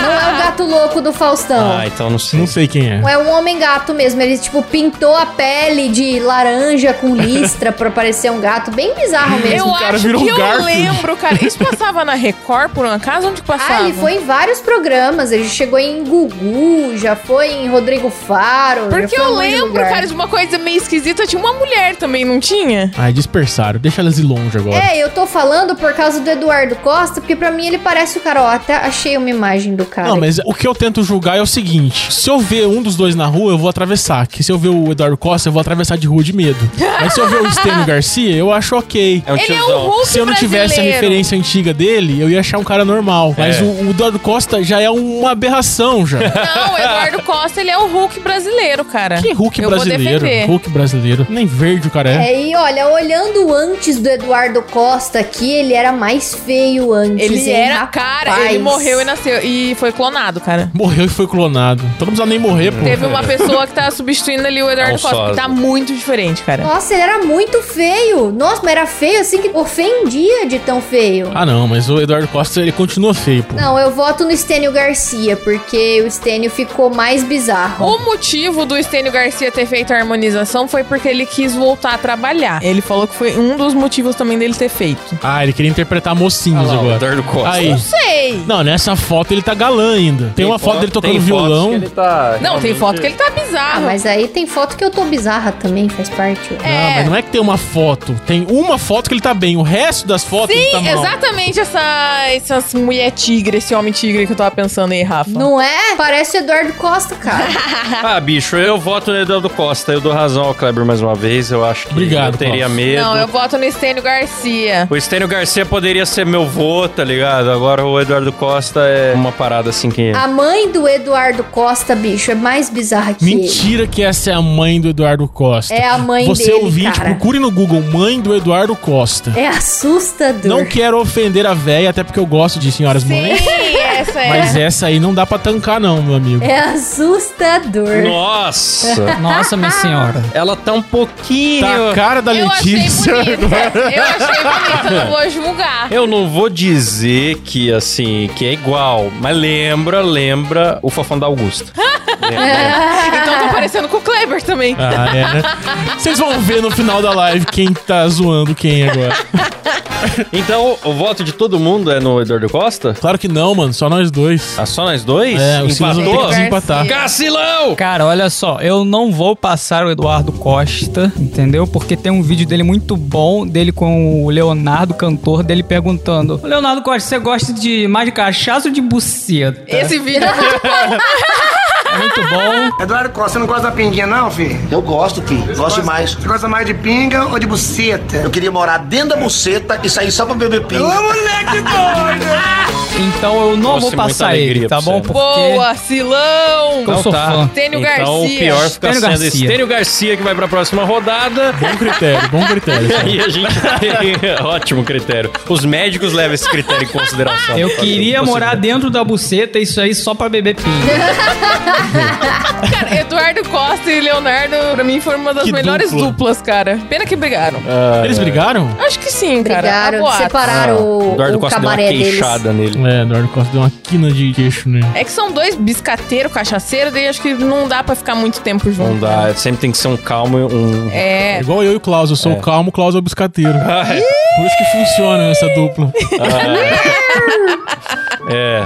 Speaker 5: Não é o gato louco do Faustão.
Speaker 1: Ah, então não sei.
Speaker 3: Não sei quem é.
Speaker 5: É um homem gato mesmo. Ele, tipo, pintou a pele de laranja com listra pra parecer um gato. Bem bizarro mesmo.
Speaker 4: Eu
Speaker 3: cara
Speaker 4: acho
Speaker 3: virou
Speaker 4: que
Speaker 3: um
Speaker 4: eu
Speaker 3: garfo.
Speaker 4: lembro, cara. Isso passava na Record, por um acaso? Onde que
Speaker 5: Ah,
Speaker 4: passava?
Speaker 5: ele foi em vários programas. Ele chegou em Gugu, já foi em Rodrigo Faro. já foi
Speaker 4: Porque
Speaker 5: em
Speaker 4: eu
Speaker 5: um monte de
Speaker 4: lembro,
Speaker 5: lugar.
Speaker 4: cara, de uma coisa meio esquisita. Tinha uma mulher também, não tinha?
Speaker 3: Ai, dispersaram. Deixa elas ir longe agora.
Speaker 5: É, eu tô falando por causa do Eduardo Costa, porque pra mim ele parece o cara. Ó, até achei uma imagem do cara.
Speaker 3: Não, mas o que eu tento julgar é o seguinte: se eu ver um dos dois na rua, eu vou atravessar. Que se eu ver o Eduardo Costa, eu vou atravessar de rua de medo. Mas se eu ver o Estênio Garcia, eu acho ok.
Speaker 1: É um
Speaker 4: ele é
Speaker 1: tiozão.
Speaker 4: o Hulk
Speaker 3: Se eu não tivesse a
Speaker 4: brasileiro.
Speaker 3: referência antiga dele, eu ia achar um cara normal. Mas
Speaker 1: É.
Speaker 3: o, o Eduardo Costa já é uma aberração, já.
Speaker 4: Não, o Eduardo Costa, ele é o Hulk brasileiro, cara.
Speaker 3: Que Hulk
Speaker 4: eu Vou
Speaker 3: brasileiro?
Speaker 4: defender.
Speaker 3: Hulk brasileiro. Nem verde o cara é.
Speaker 5: É, e olha, olhando antes do Eduardo Costa aqui, ele era mais feio antes.
Speaker 4: Ele
Speaker 5: hein,
Speaker 4: era,
Speaker 5: rapaz.
Speaker 4: cara, ele morreu e nasceu. E foi clonado, cara.
Speaker 3: Morreu e foi clonado. Então não precisa nem morrer, pô.
Speaker 4: Teve uma pessoa que tá substituindo ali o Eduardo
Speaker 1: É um
Speaker 4: Costa, que
Speaker 1: sósia.
Speaker 4: tá muito diferente, cara.
Speaker 5: Nossa, ele era muito feio. Nossa, mas era feio assim que ofendia de tão feio.
Speaker 3: Ah, não, mas o Eduardo Costa, ele continua feio, pô.
Speaker 5: Não, eu voto no Estênio Garcia, porque o Estênio ficou mais bizarro.
Speaker 4: O motivo do Estênio Garcia ter feito a harmonização foi porque ele quis voltar a trabalhar. Ele falou que foi um dos motivos também dele ter feito.
Speaker 3: Ah, ele queria interpretar mocinhos
Speaker 1: Olha lá, o
Speaker 3: agora.
Speaker 1: Eduardo Costa.
Speaker 3: Aí.
Speaker 4: Sei!
Speaker 3: Não, nessa foto ele tá galã ainda. Tem, uma foto, dele tocando violão.
Speaker 1: tá
Speaker 4: Não, tem foto que ele tá
Speaker 5: Ah,
Speaker 4: bizarro.
Speaker 5: mas aí tem foto que eu tô bizarra também, faz parte. ué.
Speaker 4: É.
Speaker 3: Não, mas não é que tem uma foto. Tem uma foto que ele tá bem. O resto das fotos ele
Speaker 4: Sim,
Speaker 3: tá mal.
Speaker 4: exatamente essa, essas mulher tigre, esse homem tigre que eu tava pensando aí, Rafa.
Speaker 5: Não é? Parece o Eduardo Costa, cara.
Speaker 1: Ah, bicho, eu voto no Eduardo Costa. Eu dou razão ao Kleber mais uma vez. Eu acho que
Speaker 3: Obrigado,
Speaker 1: eu teria
Speaker 3: Klaus.
Speaker 1: medo.
Speaker 4: Não, eu voto no Estênio Garcia.
Speaker 1: O Estênio Garcia poderia ser meu vô, tá ligado? Agora o Eduardo Costa é uma parada assim que.
Speaker 5: A mãe do Eduardo Costa, bicho, é mais bizarra que ele.
Speaker 3: Mentira que essa é a mãe do Eduardo Costa.
Speaker 5: É a mãe
Speaker 3: Você
Speaker 5: dele,
Speaker 3: ouvinte,
Speaker 5: cara.
Speaker 3: procure no Google mãe do Eduardo Costa.
Speaker 5: É assustador.
Speaker 3: Não quero ofender a véia, até porque eu gosto de senhoras mães.
Speaker 4: Sim, essa é.
Speaker 3: Mas essa aí não dá pra tancar, não, meu amigo.
Speaker 5: É assustador.
Speaker 1: Nossa!
Speaker 6: Nossa, minha senhora.
Speaker 1: Ela tá um pouquinho.
Speaker 3: Tá a cara da
Speaker 4: eu achei
Speaker 3: Letícia
Speaker 4: bonita.
Speaker 3: agora.
Speaker 4: Eu achei bonita, eu não vou julgar.
Speaker 1: Eu não vou dizer que assim, que é igual, mas lembra, lembra o Fofão da Augusta. Lembra.
Speaker 4: Então tá parecendo com o Kleber também.
Speaker 3: Ah, é, né? Vocês vão ver no final da live quem tá zoando quem agora.
Speaker 1: então, o voto de todo mundo é no Eduardo Costa?
Speaker 3: Claro que não, mano. Só nós dois.
Speaker 1: Ah, só nós dois?
Speaker 3: É, o Silas vai ter que
Speaker 1: Empatou?
Speaker 3: desempatar.
Speaker 1: Cacilão!
Speaker 6: Cara, olha só, eu não vou passar o Eduardo Costa, entendeu? Porque tem um vídeo dele muito bom, dele com o Leonardo, cantor, dele perguntando: Leonardo Costa, você gosta de mais de cachaça ou de buceta?
Speaker 4: Esse vídeo é muito bom.
Speaker 6: É muito bom.
Speaker 7: Eduardo Costa, você não gosta da pinguinha, não, filho?
Speaker 8: Eu gosto, Pi. Gosto demais.
Speaker 7: Você gosta mais de pinga ou de buceta?
Speaker 8: Eu queria morar dentro da buceta e sair só pra beber pinga.
Speaker 7: Ô, moleque doido!
Speaker 6: Então eu não
Speaker 1: Trouxe
Speaker 6: vou
Speaker 1: muita
Speaker 6: passar ele,
Speaker 1: alegria
Speaker 6: tá
Speaker 1: pra
Speaker 6: bom?
Speaker 1: você.
Speaker 6: Porque
Speaker 4: Boa, Silão!
Speaker 6: eu sou fã.
Speaker 4: Tênio
Speaker 1: então,
Speaker 4: Garcia.
Speaker 1: o pior fica
Speaker 6: É Tênio
Speaker 1: sendo
Speaker 6: Garcia.
Speaker 1: esse. Tênio Garcia que vai pra próxima rodada.
Speaker 3: Bom critério, bom critério. cara.
Speaker 1: E a gente tem ótimo critério. Os médicos levam esse critério em consideração.
Speaker 6: Eu
Speaker 1: Fazer
Speaker 6: queria
Speaker 1: o possível.
Speaker 6: morar dentro da buceta, isso aí só pra beber pinga.
Speaker 4: Cara, Eduardo Costa e Leonardo, pra mim, foram uma das
Speaker 3: Que
Speaker 4: melhores
Speaker 3: dupla.
Speaker 4: duplas, cara. Pena que brigaram.
Speaker 3: Eles brigaram?
Speaker 4: Acho que sim, cara. Há
Speaker 5: Brigaram,
Speaker 4: Ah, boatos.
Speaker 5: separaram o,
Speaker 1: Ah, Eduardo
Speaker 5: o
Speaker 1: Costa deu uma
Speaker 5: cabaré deles.
Speaker 1: queixada nele.
Speaker 3: É, Eduardo Costa deu uma quina de queixo, né?
Speaker 4: É que são dois biscateiro, cachaceiro, daí acho que não dá pra ficar muito tempo junto.
Speaker 1: Não dá, sempre tem que ser um calmo e um.
Speaker 4: É.
Speaker 3: Igual eu e o Klaus, eu sou o calmo, o Klaus é o biscateiro. Por isso que funciona essa dupla.
Speaker 1: É.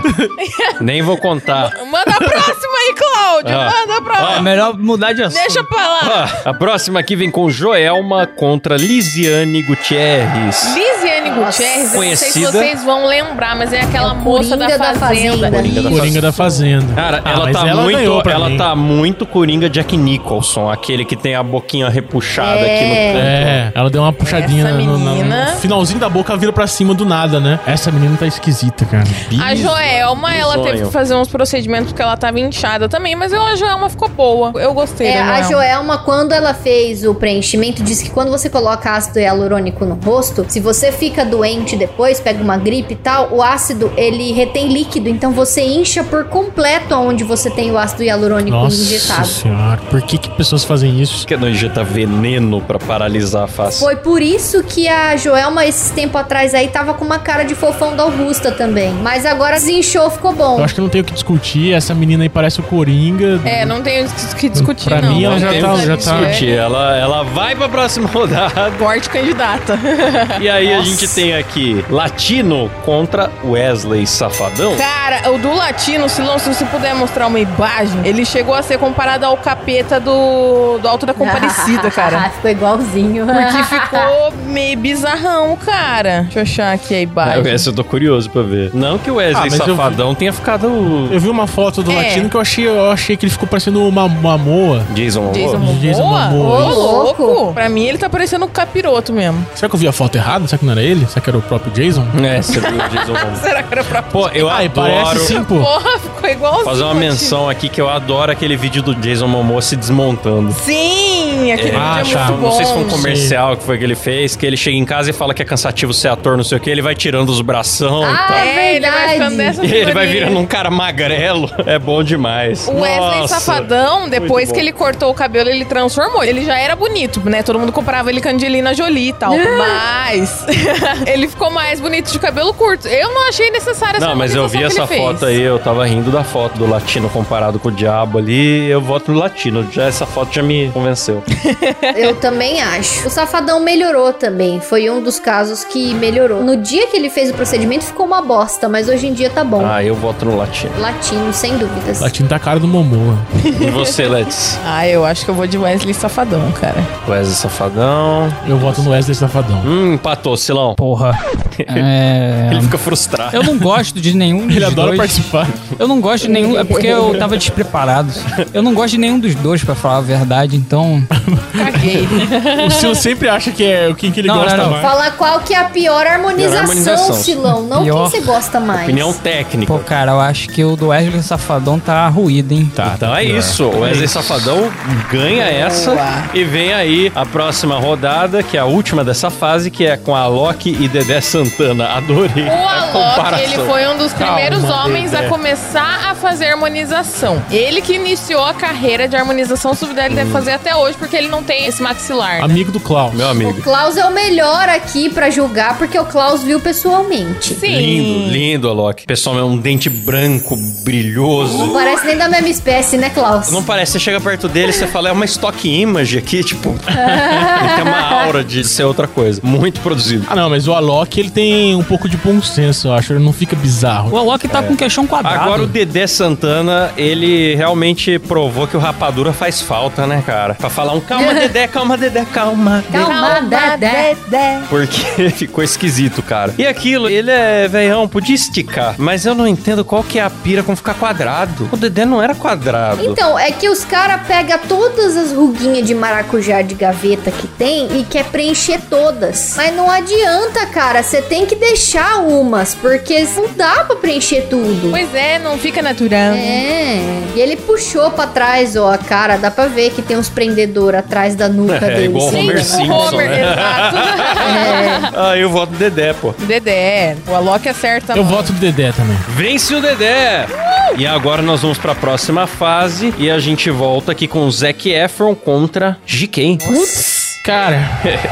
Speaker 1: Nem vou contar.
Speaker 4: Manda a próxima aí, Cláudio.
Speaker 1: Ah.
Speaker 4: Manda a próxima.
Speaker 6: É melhor mudar de assunto.
Speaker 4: Deixa pra lá.
Speaker 1: Ah, a próxima aqui vem com Joelma contra Lisiane Gutierrez.
Speaker 4: Lisiane Gutierrez, eu não sei se
Speaker 1: Conhecida.
Speaker 4: vocês vão lembrar, mas é aquela
Speaker 5: É o
Speaker 4: moça da
Speaker 5: Coringa da
Speaker 4: fazenda.
Speaker 5: Fazenda.
Speaker 1: Coringa da
Speaker 3: Coringa da Fazenda.
Speaker 1: Cara,
Speaker 3: Ah,
Speaker 1: ela
Speaker 3: mas
Speaker 1: tá
Speaker 3: ganhou
Speaker 1: muito.
Speaker 3: pra
Speaker 1: Ela
Speaker 3: mim.
Speaker 1: tá muito Coringa Jack Nicholson, aquele que tem a boquinha repuxada aqui no canto.
Speaker 3: É, ela deu uma puxadinha
Speaker 4: Essa
Speaker 3: na- no, na-
Speaker 4: menina-
Speaker 3: no finalzinho da boca, ela vira pra cima do nada, né? Essa menina tá esquisita, cara.
Speaker 4: A Joelma, ela
Speaker 1: Bisonho.
Speaker 4: teve que fazer uns procedimentos porque ela tava inchada também, mas eu, a Joelma ficou boa. Eu gostei
Speaker 5: É,
Speaker 4: da
Speaker 5: a Joelma, quando ela fez o preenchimento, disse que quando você coloca ácido hialurônico no rosto, se você fica doente depois, pega uma gripe e tal, o ácido, ele retém líquido, então você incha por completo onde você tem o ácido hialurônico
Speaker 3: Nossa
Speaker 5: injetado.
Speaker 3: senhora, por que que pessoas fazem isso?
Speaker 1: Que não injeta veneno pra paralisar a face.
Speaker 5: Foi por isso que a Joelma, esses tempo atrás aí, tava com uma cara de fofão da Augusta também. Mas agora desinchou, ficou
Speaker 3: Eu
Speaker 5: bom.
Speaker 3: acho que não tem o que discutir, essa menina aí parece o Coringa.
Speaker 4: É, não tenho o que discutir,
Speaker 3: Pra
Speaker 4: não.
Speaker 3: mim, ela
Speaker 1: Não
Speaker 3: já
Speaker 1: tem
Speaker 3: tá-
Speaker 1: o que
Speaker 3: já tá-
Speaker 1: discutir. Ela, ela vai pra próxima rodada.
Speaker 4: Forte candidata.
Speaker 1: E aí a gente tem aqui Latino contra Wesley Safadão.
Speaker 4: Cara, o do latino, Silão, se você puder mostrar uma imagem, ele chegou a ser comparado ao capeta do, do Alto da Comparecida, cara.
Speaker 5: ficou igualzinho.
Speaker 4: Porque ficou meio bizarrão, cara. Deixa eu achar aqui a
Speaker 1: Ah,
Speaker 4: imagem.
Speaker 1: essa eu tô curioso pra ver. Não que o
Speaker 3: Ah,
Speaker 1: Wesley
Speaker 3: mas eu
Speaker 1: Safadão tenha ficado
Speaker 3: Eu vi uma foto do
Speaker 4: É.
Speaker 3: latino que eu achei, eu achei que ele ficou parecendo uma, uma moa.
Speaker 1: Jason Momoa.
Speaker 4: Jason Momoa?
Speaker 3: Jason Momoa.
Speaker 4: Ô,
Speaker 5: Ô,
Speaker 4: louco.
Speaker 5: louco.
Speaker 4: Pra mim, ele tá parecendo um capiroto mesmo.
Speaker 3: Será que eu vi a foto errada? Será que não era ele? Será que era o próprio Jason?
Speaker 1: É, você viu o Jason Momoa.
Speaker 4: Será que era pra...
Speaker 1: Pô, eu
Speaker 3: Ah, e
Speaker 1: adoro...
Speaker 3: parece sim, pô.
Speaker 4: Porra, ficou igualzinho.
Speaker 1: Fazer uma
Speaker 4: latino.
Speaker 1: menção aqui que eu adoro aquele vídeo do Jason Momoa se desmontando.
Speaker 4: Sim, aquele vídeo
Speaker 3: Ah,
Speaker 4: é
Speaker 3: tá.
Speaker 4: muito bom.
Speaker 1: Não sei se foi um
Speaker 3: Sim.
Speaker 1: comercial que foi que ele fez, que ele chega em casa e fala que é cansativo ser ator, não sei o que, ele vai tirando os bração e tal.
Speaker 5: Ah,
Speaker 4: É, ele vai ficando
Speaker 5: verdade.
Speaker 4: dessa
Speaker 1: E ele vai
Speaker 4: figurinha.
Speaker 1: virando um cara magrelo. É bom demais.
Speaker 4: O Wesley
Speaker 1: Nossa.
Speaker 4: Safadão, depois
Speaker 1: bom.
Speaker 4: que ele cortou o cabelo, ele transformou. Ele já era bonito, né? Todo mundo comprava ele com Angelina Jolie e tal. Mas ele ficou mais bonito de cabelo curto. Eu não achei necessária essa
Speaker 1: Não, mas eu vi essa
Speaker 4: harmonização que ele
Speaker 1: foto
Speaker 4: fez.
Speaker 1: aí, eu tava rindo da foto do latino comparado com o diabo ali. Eu voto no latino. Já essa foto já me convenceu.
Speaker 5: Eu também acho. O Safadão melhorou também. Foi um dos casos que melhorou. No dia que ele fez o procedimento ficou uma bosta, mas hoje em dia tá bom.
Speaker 1: Ah, eu voto no latino.
Speaker 5: Latino, sem dúvidas.
Speaker 3: Latino tá a cara do Momoa.
Speaker 1: E você, Let's?
Speaker 4: Ah, eu acho que eu vou de Wesley Safadão, cara.
Speaker 1: Wesley Safadão.
Speaker 3: Eu voto no Wesley Safadão.
Speaker 1: Hum, empatou, Silão.
Speaker 6: Porra. É...
Speaker 1: Ele fica frustrado.
Speaker 6: Eu não gosto de nenhum dos
Speaker 3: Ele adora
Speaker 6: dois.
Speaker 3: participar.
Speaker 6: Eu não gosto de nenhum. É porque eu tava despreparado. Eu não gosto de nenhum dos dois, pra falar a verdade, então.
Speaker 4: Caguei.
Speaker 3: O Silvio sempre acha que é o quem que ele
Speaker 6: Não,
Speaker 3: gosta
Speaker 6: não, não.
Speaker 3: mais.
Speaker 5: Falar qual que é a pior harmonização,
Speaker 1: Pior harmonização.
Speaker 5: Silão. Não
Speaker 6: Pior.
Speaker 5: quem você gosta mais.
Speaker 1: Opinião técnica.
Speaker 6: Pô, cara, eu acho que o do Wesley Safadão tá ruído, hein?
Speaker 3: Tá,
Speaker 1: Então é isso, o Wesley Safadão ganha essa e vem aí a próxima rodada, que é a última dessa fase, que é com a Loki e Dedé Santana. Adorei É
Speaker 4: O
Speaker 1: a
Speaker 4: Alok,
Speaker 1: comparação.
Speaker 4: ele foi um dos
Speaker 3: Calma,
Speaker 4: primeiros homens a
Speaker 3: Dedé.
Speaker 4: começar a fazer harmonização. Ele que iniciou a carreira de harmonização subdela ele deve fazer até hoje, porque ele não tem esse maxilar. né?
Speaker 3: Amigo do Klaus.
Speaker 1: Meu
Speaker 5: O
Speaker 1: amigo,
Speaker 5: Klaus é o melhor aqui pra julgar, porque o Klaus viu pessoalmente.
Speaker 4: Sim.
Speaker 1: lindo, lindo Alok. Pessoal, é um dente branco, brilhoso.
Speaker 5: Não parece nem da mesma espécie, né, Klaus?
Speaker 1: Uh. Não parece, você chega perto dele, você fala, é uma stock image aqui, tipo... ele tem uma aura de ser outra coisa. Muito produzido.
Speaker 3: Ah, não, mas o Alok, ele tem um pouco de bom senso, eu acho. Ele não fica bizarro.
Speaker 6: O Alok tá com queixão quadrado.
Speaker 1: Agora o Dedé Santana, ele realmente provou que o rapadura faz falta, né, cara? Pra falar lá um calma, Dedé, calma, Dedé, calma.
Speaker 5: Calma,
Speaker 4: Calma,
Speaker 5: Dedé.
Speaker 1: Porque ficou esquisito, cara. E aquilo, ele é velhão, podia esticar. Mas eu não entendo qual que é a pira com ficar quadrado. O Dedé não era quadrado.
Speaker 5: Então, é que os caras pegam todas as ruguinhas de maracujá de gaveta que tem e quer preencher todas. Mas não adianta, cara. Você tem que deixar umas, porque não dá pra preencher tudo.
Speaker 4: Pois é, não fica natural.
Speaker 5: É. E ele puxou pra trás, ó, a cara. Dá pra ver que tem uns prendedor atrás da nuca
Speaker 1: É,
Speaker 5: dele.
Speaker 1: igual o
Speaker 5: assim,
Speaker 1: Homer
Speaker 5: né? É.
Speaker 1: Simpson,
Speaker 4: Homer,
Speaker 1: né?
Speaker 4: exato.
Speaker 1: Ah, eu voto Dedé, pô.
Speaker 4: Dedé, o Alok acerta.
Speaker 3: Eu
Speaker 4: mano.
Speaker 3: voto do Dedé também.
Speaker 1: Vence o Dedé! E agora nós vamos pra próxima fase e a gente volta aqui com o Zac Efron contra GK.
Speaker 3: Cara,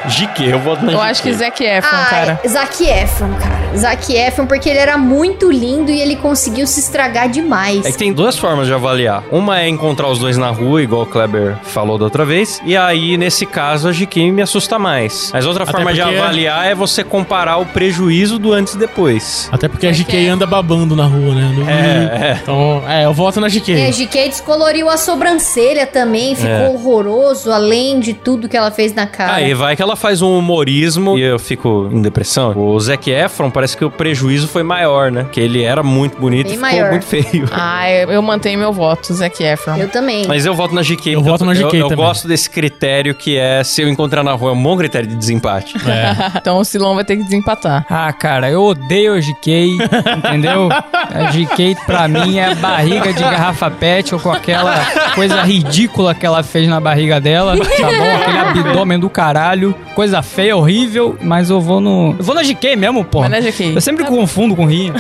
Speaker 1: GK, eu voto na
Speaker 4: Eu
Speaker 1: GK.
Speaker 4: acho que Zac Efron,
Speaker 5: Ah,
Speaker 4: cara.
Speaker 5: Zac Efron, cara. Zac Efron, porque ele era muito lindo e ele conseguiu se estragar demais.
Speaker 1: É que tem duas formas de avaliar. Uma é encontrar os dois na rua, igual o Kleber falou da outra vez. E aí, nesse caso, a GK me assusta mais. Mas outra
Speaker 3: Até
Speaker 1: forma de
Speaker 3: porque-
Speaker 1: avaliar é você comparar o prejuízo do antes e depois.
Speaker 3: até porque a
Speaker 4: Porque-
Speaker 3: GK anda babando na rua, né? No-
Speaker 1: É, é.
Speaker 3: Então, é, eu voto na GK.
Speaker 5: É, GK descoloriu a sobrancelha também, ficou
Speaker 1: É.
Speaker 5: horroroso, além de tudo que ela fez na cara.
Speaker 1: Aí Ah, vai que ela faz um humorismo e eu fico em depressão. O Zac Efron parece que o prejuízo foi maior, né? Que ele era muito bonito
Speaker 5: Bem
Speaker 1: e ficou
Speaker 5: maior.
Speaker 1: muito feio.
Speaker 4: Ah, eu, eu mantenho meu voto, Zac Efron.
Speaker 5: Eu também.
Speaker 1: Mas eu voto na GK.
Speaker 3: Eu voto na GK
Speaker 1: Eu, eu
Speaker 3: também.
Speaker 1: gosto desse critério que é se eu encontrar na rua é um bom critério de desempate.
Speaker 4: Então o Silon vai ter que desempatar.
Speaker 6: Ah, cara, eu odeio a GK, entendeu? A GK pra mim é barriga de garrafa pet ou com aquela coisa ridícula que ela fez na barriga dela, tá bom? Aquele abdômen do caralho, coisa feia, horrível, mas eu vou no... Eu vou na GK mesmo, pô.
Speaker 4: Vai na GK.
Speaker 6: Eu sempre confundo com rinha.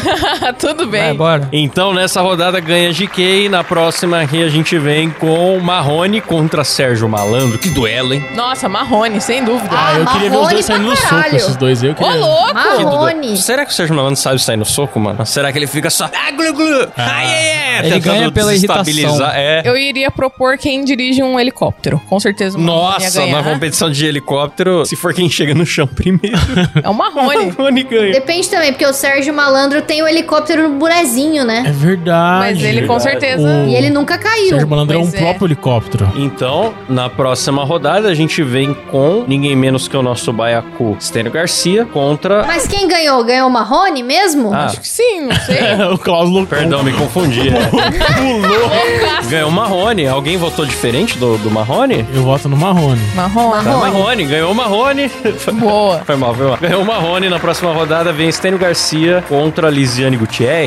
Speaker 4: Tudo
Speaker 6: Vai,
Speaker 4: bem.
Speaker 6: bora.
Speaker 1: Então, nessa rodada ganha GK. E na próxima aqui a gente vem com Marrone contra Sérgio Malandro. Que duelo, hein?
Speaker 4: Nossa, Marrone, sem dúvida.
Speaker 5: Ah,
Speaker 3: Ah, eu queria ver os dois
Speaker 5: Marrone
Speaker 3: saindo no
Speaker 5: pra
Speaker 3: soco,
Speaker 5: caralho.
Speaker 3: esses dois. Eu
Speaker 4: Ô,
Speaker 3: queria...
Speaker 4: louco!
Speaker 5: Marrone.
Speaker 1: Será que o Sérgio Malandro sabe sair no soco, mano? Será que ele fica só. Ah, glu, glu. Ah, é, é.
Speaker 6: Ele
Speaker 1: Tentando
Speaker 6: ganha pela
Speaker 1: desestabilizar.
Speaker 6: irritação.
Speaker 1: É.
Speaker 4: Eu iria propor quem dirige um helicóptero. Com certeza o Marrone
Speaker 1: Nossa,
Speaker 4: ia
Speaker 1: na
Speaker 4: ganhar.
Speaker 1: competição de helicóptero, se for quem chega no chão primeiro,
Speaker 4: É o
Speaker 1: o
Speaker 4: Marrone.
Speaker 1: Marrone ganha.
Speaker 5: Depende também, porque o Sérgio Malandro tem o helicóptero no bonezinho,
Speaker 3: É
Speaker 5: né?
Speaker 3: verdade.
Speaker 4: Mas ele com certeza.
Speaker 3: O-
Speaker 5: E ele nunca
Speaker 3: Sérgio
Speaker 5: caiu.
Speaker 3: Malandro é um
Speaker 4: Pois é.
Speaker 3: próprio helicóptero.
Speaker 1: Então, na próxima rodada, a gente vem com ninguém menos que o nosso baiacu Stênio Garcia contra.
Speaker 5: Mas quem ganhou? Ganhou o Marrone mesmo?
Speaker 1: Ah,
Speaker 4: Sim, não sei.
Speaker 1: É.
Speaker 3: o Klaus Lucão.
Speaker 1: perdão, me confundi. é.
Speaker 3: Pulou.
Speaker 1: Ganhou o Marrone. Alguém votou diferente do, do Marrone?
Speaker 3: Eu voto no Marrone.
Speaker 4: Marrone.
Speaker 1: Tá, Marrone, ganhou o Marrone.
Speaker 4: Boa.
Speaker 1: Foi mal, foi mal. Ganhou o Marrone na próxima rodada, vem Stênio Garcia contra Lisiane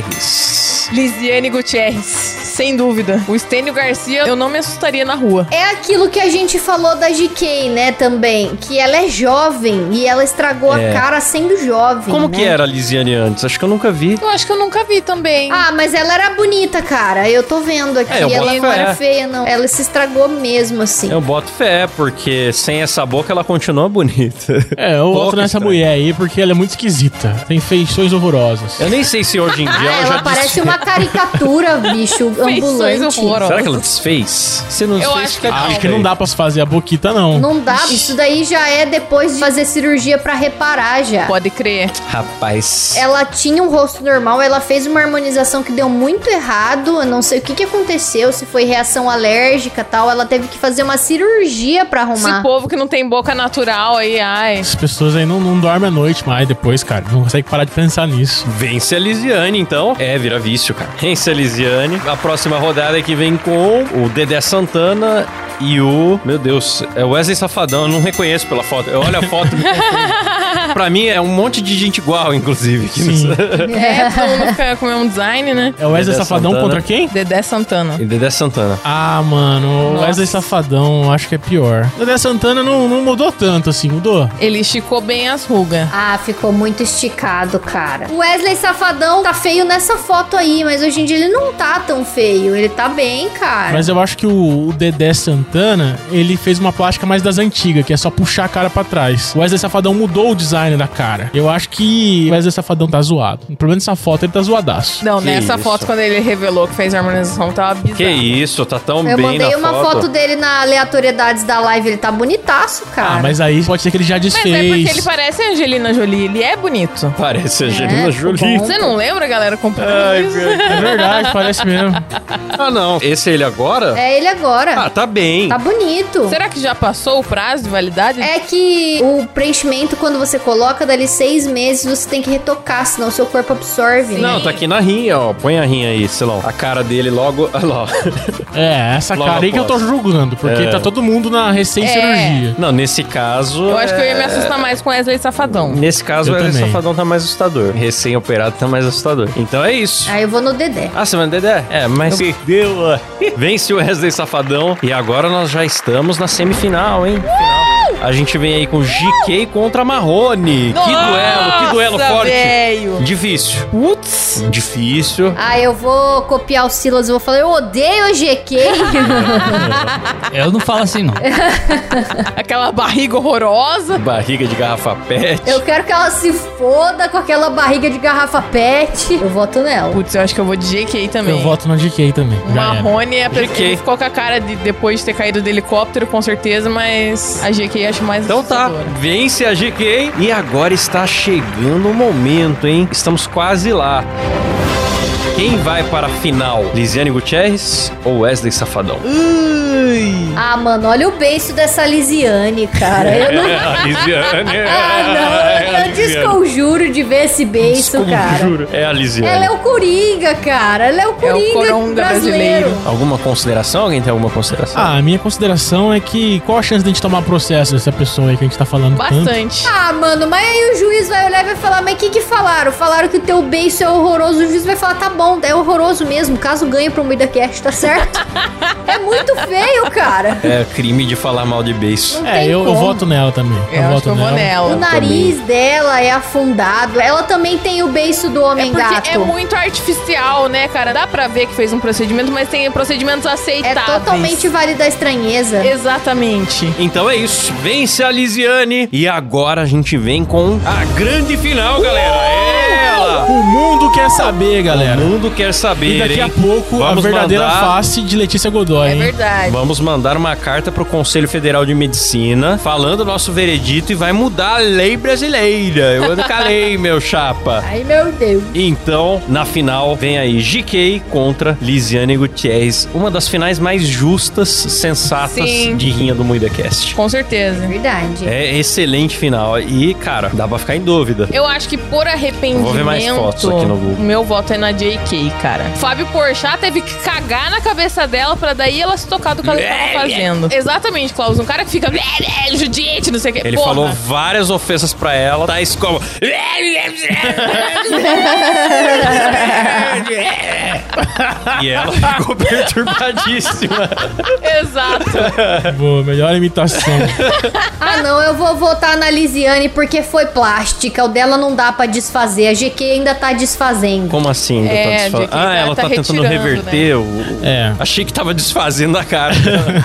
Speaker 1: Gutierrez.
Speaker 4: Lisiane Gutierrez, sem dúvida. O Estênio Garcia, eu não me assustaria na rua.
Speaker 5: É aquilo que a gente falou da GK, né, também. Que ela é jovem e ela estragou
Speaker 1: É.
Speaker 5: a cara sendo jovem.
Speaker 1: Como
Speaker 5: né?
Speaker 1: que era a Lisiane antes? Acho que eu nunca vi.
Speaker 4: Eu acho que eu nunca vi também.
Speaker 5: Ah, mas ela era bonita, cara. Eu tô vendo aqui.
Speaker 1: É, eu
Speaker 5: ela
Speaker 1: boto
Speaker 5: não
Speaker 1: fé.
Speaker 5: era feia, não. Ela se estragou mesmo, assim.
Speaker 1: Eu boto fé, porque sem essa boca ela continua bonita.
Speaker 3: É, eu
Speaker 1: Pouco
Speaker 3: voto nessa
Speaker 1: estranho.
Speaker 3: mulher aí porque ela é muito esquisita. Tem feições horrorosas.
Speaker 1: Eu nem sei se hoje em dia
Speaker 5: Ah,
Speaker 1: ela,
Speaker 5: ela
Speaker 1: já
Speaker 5: parece uma caricatura, bicho,
Speaker 4: Feições
Speaker 5: ambulante.
Speaker 4: horrorosas.
Speaker 1: Será que ela desfez? Se não
Speaker 4: Eu
Speaker 1: desfez,
Speaker 4: acho que
Speaker 1: fica
Speaker 4: não.
Speaker 1: difícil.
Speaker 3: Acho que não dá pra se fazer a boquita, não.
Speaker 5: Não dá, isso daí já é depois de fazer cirurgia pra reparar já.
Speaker 4: Pode crer.
Speaker 1: Rapaz.
Speaker 5: Ela tinha um rosto normal, ela fez uma harmonização que deu muito errado. Eu não sei o que, que aconteceu, se foi reação alérgica e tal. Ela teve que fazer uma cirurgia pra
Speaker 4: Esse
Speaker 5: arrumar.
Speaker 4: povo que não tem boca natural aí, ai.
Speaker 3: As pessoas aí não, não dormem à noite mais depois, cara. Não consegue parar de pensar nisso.
Speaker 1: Vence a Lisiane, então. É, vira vício, cara. Vence a Lisiane. A próxima rodada é que vem com o Dedé Santana e o. Meu Deus, é o Wesley Safadão. Eu não reconheço pela foto. Eu olho a foto. me confundo. pra mim é um monte de gente igual, inclusive. aqui no-
Speaker 3: Sim.
Speaker 4: É, todo mundo fica com o mesmo design, né?
Speaker 3: É o Wesley
Speaker 1: Dedé
Speaker 3: Safadão
Speaker 1: Santana.
Speaker 3: contra quem?
Speaker 4: Dedé Santana.
Speaker 1: E Dedé Santana.
Speaker 3: Ah, mano, o
Speaker 4: Nossa.
Speaker 3: Wesley Safadão, acho que é pior. O Dedé Santana não, não mudou tanto, assim, mudou?
Speaker 4: Ele esticou bem as rugas.
Speaker 5: Ah, ficou muito esticado, cara. O Wesley Safadão tá feio nessa foto aí, mas hoje em dia ele não tá tão feio. Ele tá bem, cara.
Speaker 3: Mas eu acho que o, o Dedé Santana, ele fez uma plástica mais das antigas, que é só puxar a cara pra trás. O Wesley Safadão mudou o design da cara. Eu acho que o Wesley Safadão tá zoado. Pelo menos nessa foto ele tá zoadaço.
Speaker 4: Não,
Speaker 1: Que
Speaker 4: nessa
Speaker 1: isso.
Speaker 4: foto, quando ele revelou que fez a harmonização, tava bizarro.
Speaker 1: Que isso, tá tão
Speaker 5: Eu
Speaker 1: bem
Speaker 5: mandei
Speaker 1: na
Speaker 5: uma foto.
Speaker 1: foto.
Speaker 5: dele na aleatoriedades da live, ele tá bonitaço, cara.
Speaker 3: Ah, mas aí pode ser que ele já
Speaker 4: Mas
Speaker 3: desfez.
Speaker 4: é porque ele parece a Angelina Jolie, ele é bonito.
Speaker 1: Parece a Angelina
Speaker 5: É,
Speaker 1: Jolie.
Speaker 5: bom.
Speaker 4: Você não lembra, galera, comparando
Speaker 1: Ai,
Speaker 4: isso?
Speaker 1: grande.
Speaker 3: É verdade, parece mesmo.
Speaker 1: Ah, não. Esse é ele agora?
Speaker 5: É ele agora.
Speaker 1: Ah, tá bem.
Speaker 5: Tá bonito.
Speaker 4: Será que já passou o prazo de validade?
Speaker 5: É que o preenchimento, quando você coloca, dali seis meses, você tem que retocar, senão seu corpo absorve. né?
Speaker 1: Não, tá aqui na rinha, ó. Põe a rinha aí, sei lá. A cara dele logo. Olha lá.
Speaker 3: É, essa
Speaker 1: Logo
Speaker 3: cara aí que eu tô
Speaker 1: após.
Speaker 3: julgando, porque
Speaker 1: É.
Speaker 3: tá todo mundo na
Speaker 4: É,
Speaker 3: recém-cirurgia.
Speaker 1: Não, nesse caso.
Speaker 4: Eu acho que eu ia me
Speaker 1: é-
Speaker 4: assustar mais com Wesley Safadão.
Speaker 1: Nesse caso,
Speaker 3: Eu
Speaker 1: o Wesley
Speaker 3: também.
Speaker 1: Safadão tá mais assustador. Recém-operado tá mais assustador. Então é isso.
Speaker 5: Aí eu vou no Dedé.
Speaker 1: Ah, semana Dedé? É, mas. Perdeu! Vence o Wesley Safadão. E agora nós já estamos na semifinal, hein? Final. A gente vem aí com GK contra Marrone. que duelo, que duelo
Speaker 4: Nossa,
Speaker 1: forte.
Speaker 4: velho.
Speaker 1: Difícil.
Speaker 4: Putz.
Speaker 1: Difícil.
Speaker 5: Ah, eu vou copiar o Silas e vou falar, eu odeio o GQ.
Speaker 6: Eu não falo assim, não.
Speaker 4: Aquela barriga horrorosa.
Speaker 1: Barriga de garrafa pet.
Speaker 5: eu quero que ela se foda com aquela barriga de garrafa pet. Eu voto nela.
Speaker 4: Putz, eu acho que eu vou de JK também.
Speaker 3: Eu voto na GK também.
Speaker 4: O
Speaker 3: Já era.
Speaker 4: Marrone é a pessoa
Speaker 1: GK.
Speaker 4: que ficou com a cara de depois de ter caído do helicóptero, com certeza, mas a GK acho mais
Speaker 1: Então tá,
Speaker 4: assustadora.
Speaker 1: vence a GK. E agora está chegando o momento, hein? Estamos quase lá. Quem vai para a final? Lisiane Gutierrez ou Wesley Safadão?
Speaker 5: Ah, mano, olha o beiço dessa Lisiane, cara. Eu
Speaker 3: É
Speaker 5: não...
Speaker 1: Lisiane.
Speaker 5: Ah, não. Eu desconjuro de ver esse beiço, cara.
Speaker 1: É a
Speaker 5: Ela
Speaker 1: Lisiane.
Speaker 5: é o Coringa, cara. Ela é o Coringa
Speaker 4: Coronga
Speaker 5: brasileiro.
Speaker 4: brasileiro.
Speaker 1: Alguma consideração? Alguém tem alguma consideração?
Speaker 3: Ah, a minha consideração é que qual a chance de a gente tomar processo dessa pessoa aí que a gente tá falando tanto?
Speaker 4: Bastante.
Speaker 5: Ah, mano, mas aí o juiz vai olhar e vai falar, mas o que que falaram? Falaram que o teu beijo é horroroso. O juiz vai falar, tá bom, é horroroso mesmo. Caso ganhe pro Moída Cast, tá certo? é muito feio, cara.
Speaker 1: É crime de falar mal de beijo.
Speaker 5: Não
Speaker 3: É,
Speaker 5: tem
Speaker 3: eu, eu
Speaker 5: como.
Speaker 3: voto nela também.
Speaker 1: Tá
Speaker 4: Eu acho
Speaker 3: voto
Speaker 4: que eu vou
Speaker 5: O
Speaker 4: nela.
Speaker 5: nariz dela é afundado. Ela também tem o beiço do
Speaker 4: É
Speaker 5: homem
Speaker 4: porque
Speaker 5: gato.
Speaker 4: é muito artificial, né, cara? Dá pra ver que fez um procedimento, mas tem procedimentos
Speaker 5: É
Speaker 4: aceitáveis.
Speaker 5: totalmente válida a estranheza.
Speaker 4: Exatamente.
Speaker 1: Então é isso. Vence a Lisiane. E agora a gente vem com a grande final, galera. Ela!
Speaker 3: O mundo quer saber,
Speaker 1: O
Speaker 3: galera.
Speaker 1: mundo quer saber.
Speaker 3: E daqui a
Speaker 1: hein?
Speaker 3: pouco, a
Speaker 1: Vamos
Speaker 3: verdadeira
Speaker 1: mandar-
Speaker 3: face de Letícia Godoy,
Speaker 4: É
Speaker 3: hein?
Speaker 4: verdade.
Speaker 1: Vamos mandar uma carta pro Conselho Federal de Medicina falando o nosso veredito e vai mudar a lei brasileira. Eu nunca lei, meu chapa.
Speaker 5: Ai, meu Deus.
Speaker 1: Então, na final, vem aí GK contra Lisiane Gutierrez. Uma das finais mais justas, sensatas
Speaker 4: Sim.
Speaker 1: de rinha do MuidaCast.
Speaker 4: Com certeza.
Speaker 5: Verdade.
Speaker 1: É excelente final. E, cara, dá pra ficar em dúvida.
Speaker 4: Eu acho que por arrependimento.
Speaker 1: Vou ver mais fotos aqui no Google.
Speaker 4: Meu voto é na JK, cara. Fábio Porchat teve que cagar na cabeça dela pra daí ela se tocar do que ela estava fazendo. Exatamente, Klaus. Um cara que fica. Judite, não sei o quê.
Speaker 1: Ele
Speaker 4: Porra.
Speaker 1: falou várias ofensas pra ela, tá escola. e ela ficou perturbadíssima.
Speaker 4: Exato.
Speaker 3: Boa, melhor imitação.
Speaker 5: Ah, não, eu vou votar na Lisiane porque foi plástica. O dela não dá pra desfazer. A GQ ainda tá desfazendo.
Speaker 1: Como assim? ainda
Speaker 4: É,
Speaker 1: tá desfa-
Speaker 4: de que
Speaker 1: ah,
Speaker 4: tá-
Speaker 1: ela tá,
Speaker 4: tá
Speaker 1: tentando
Speaker 4: retirando, né?
Speaker 1: reverter o.
Speaker 3: É.
Speaker 1: Achei que tava desfazendo a cara.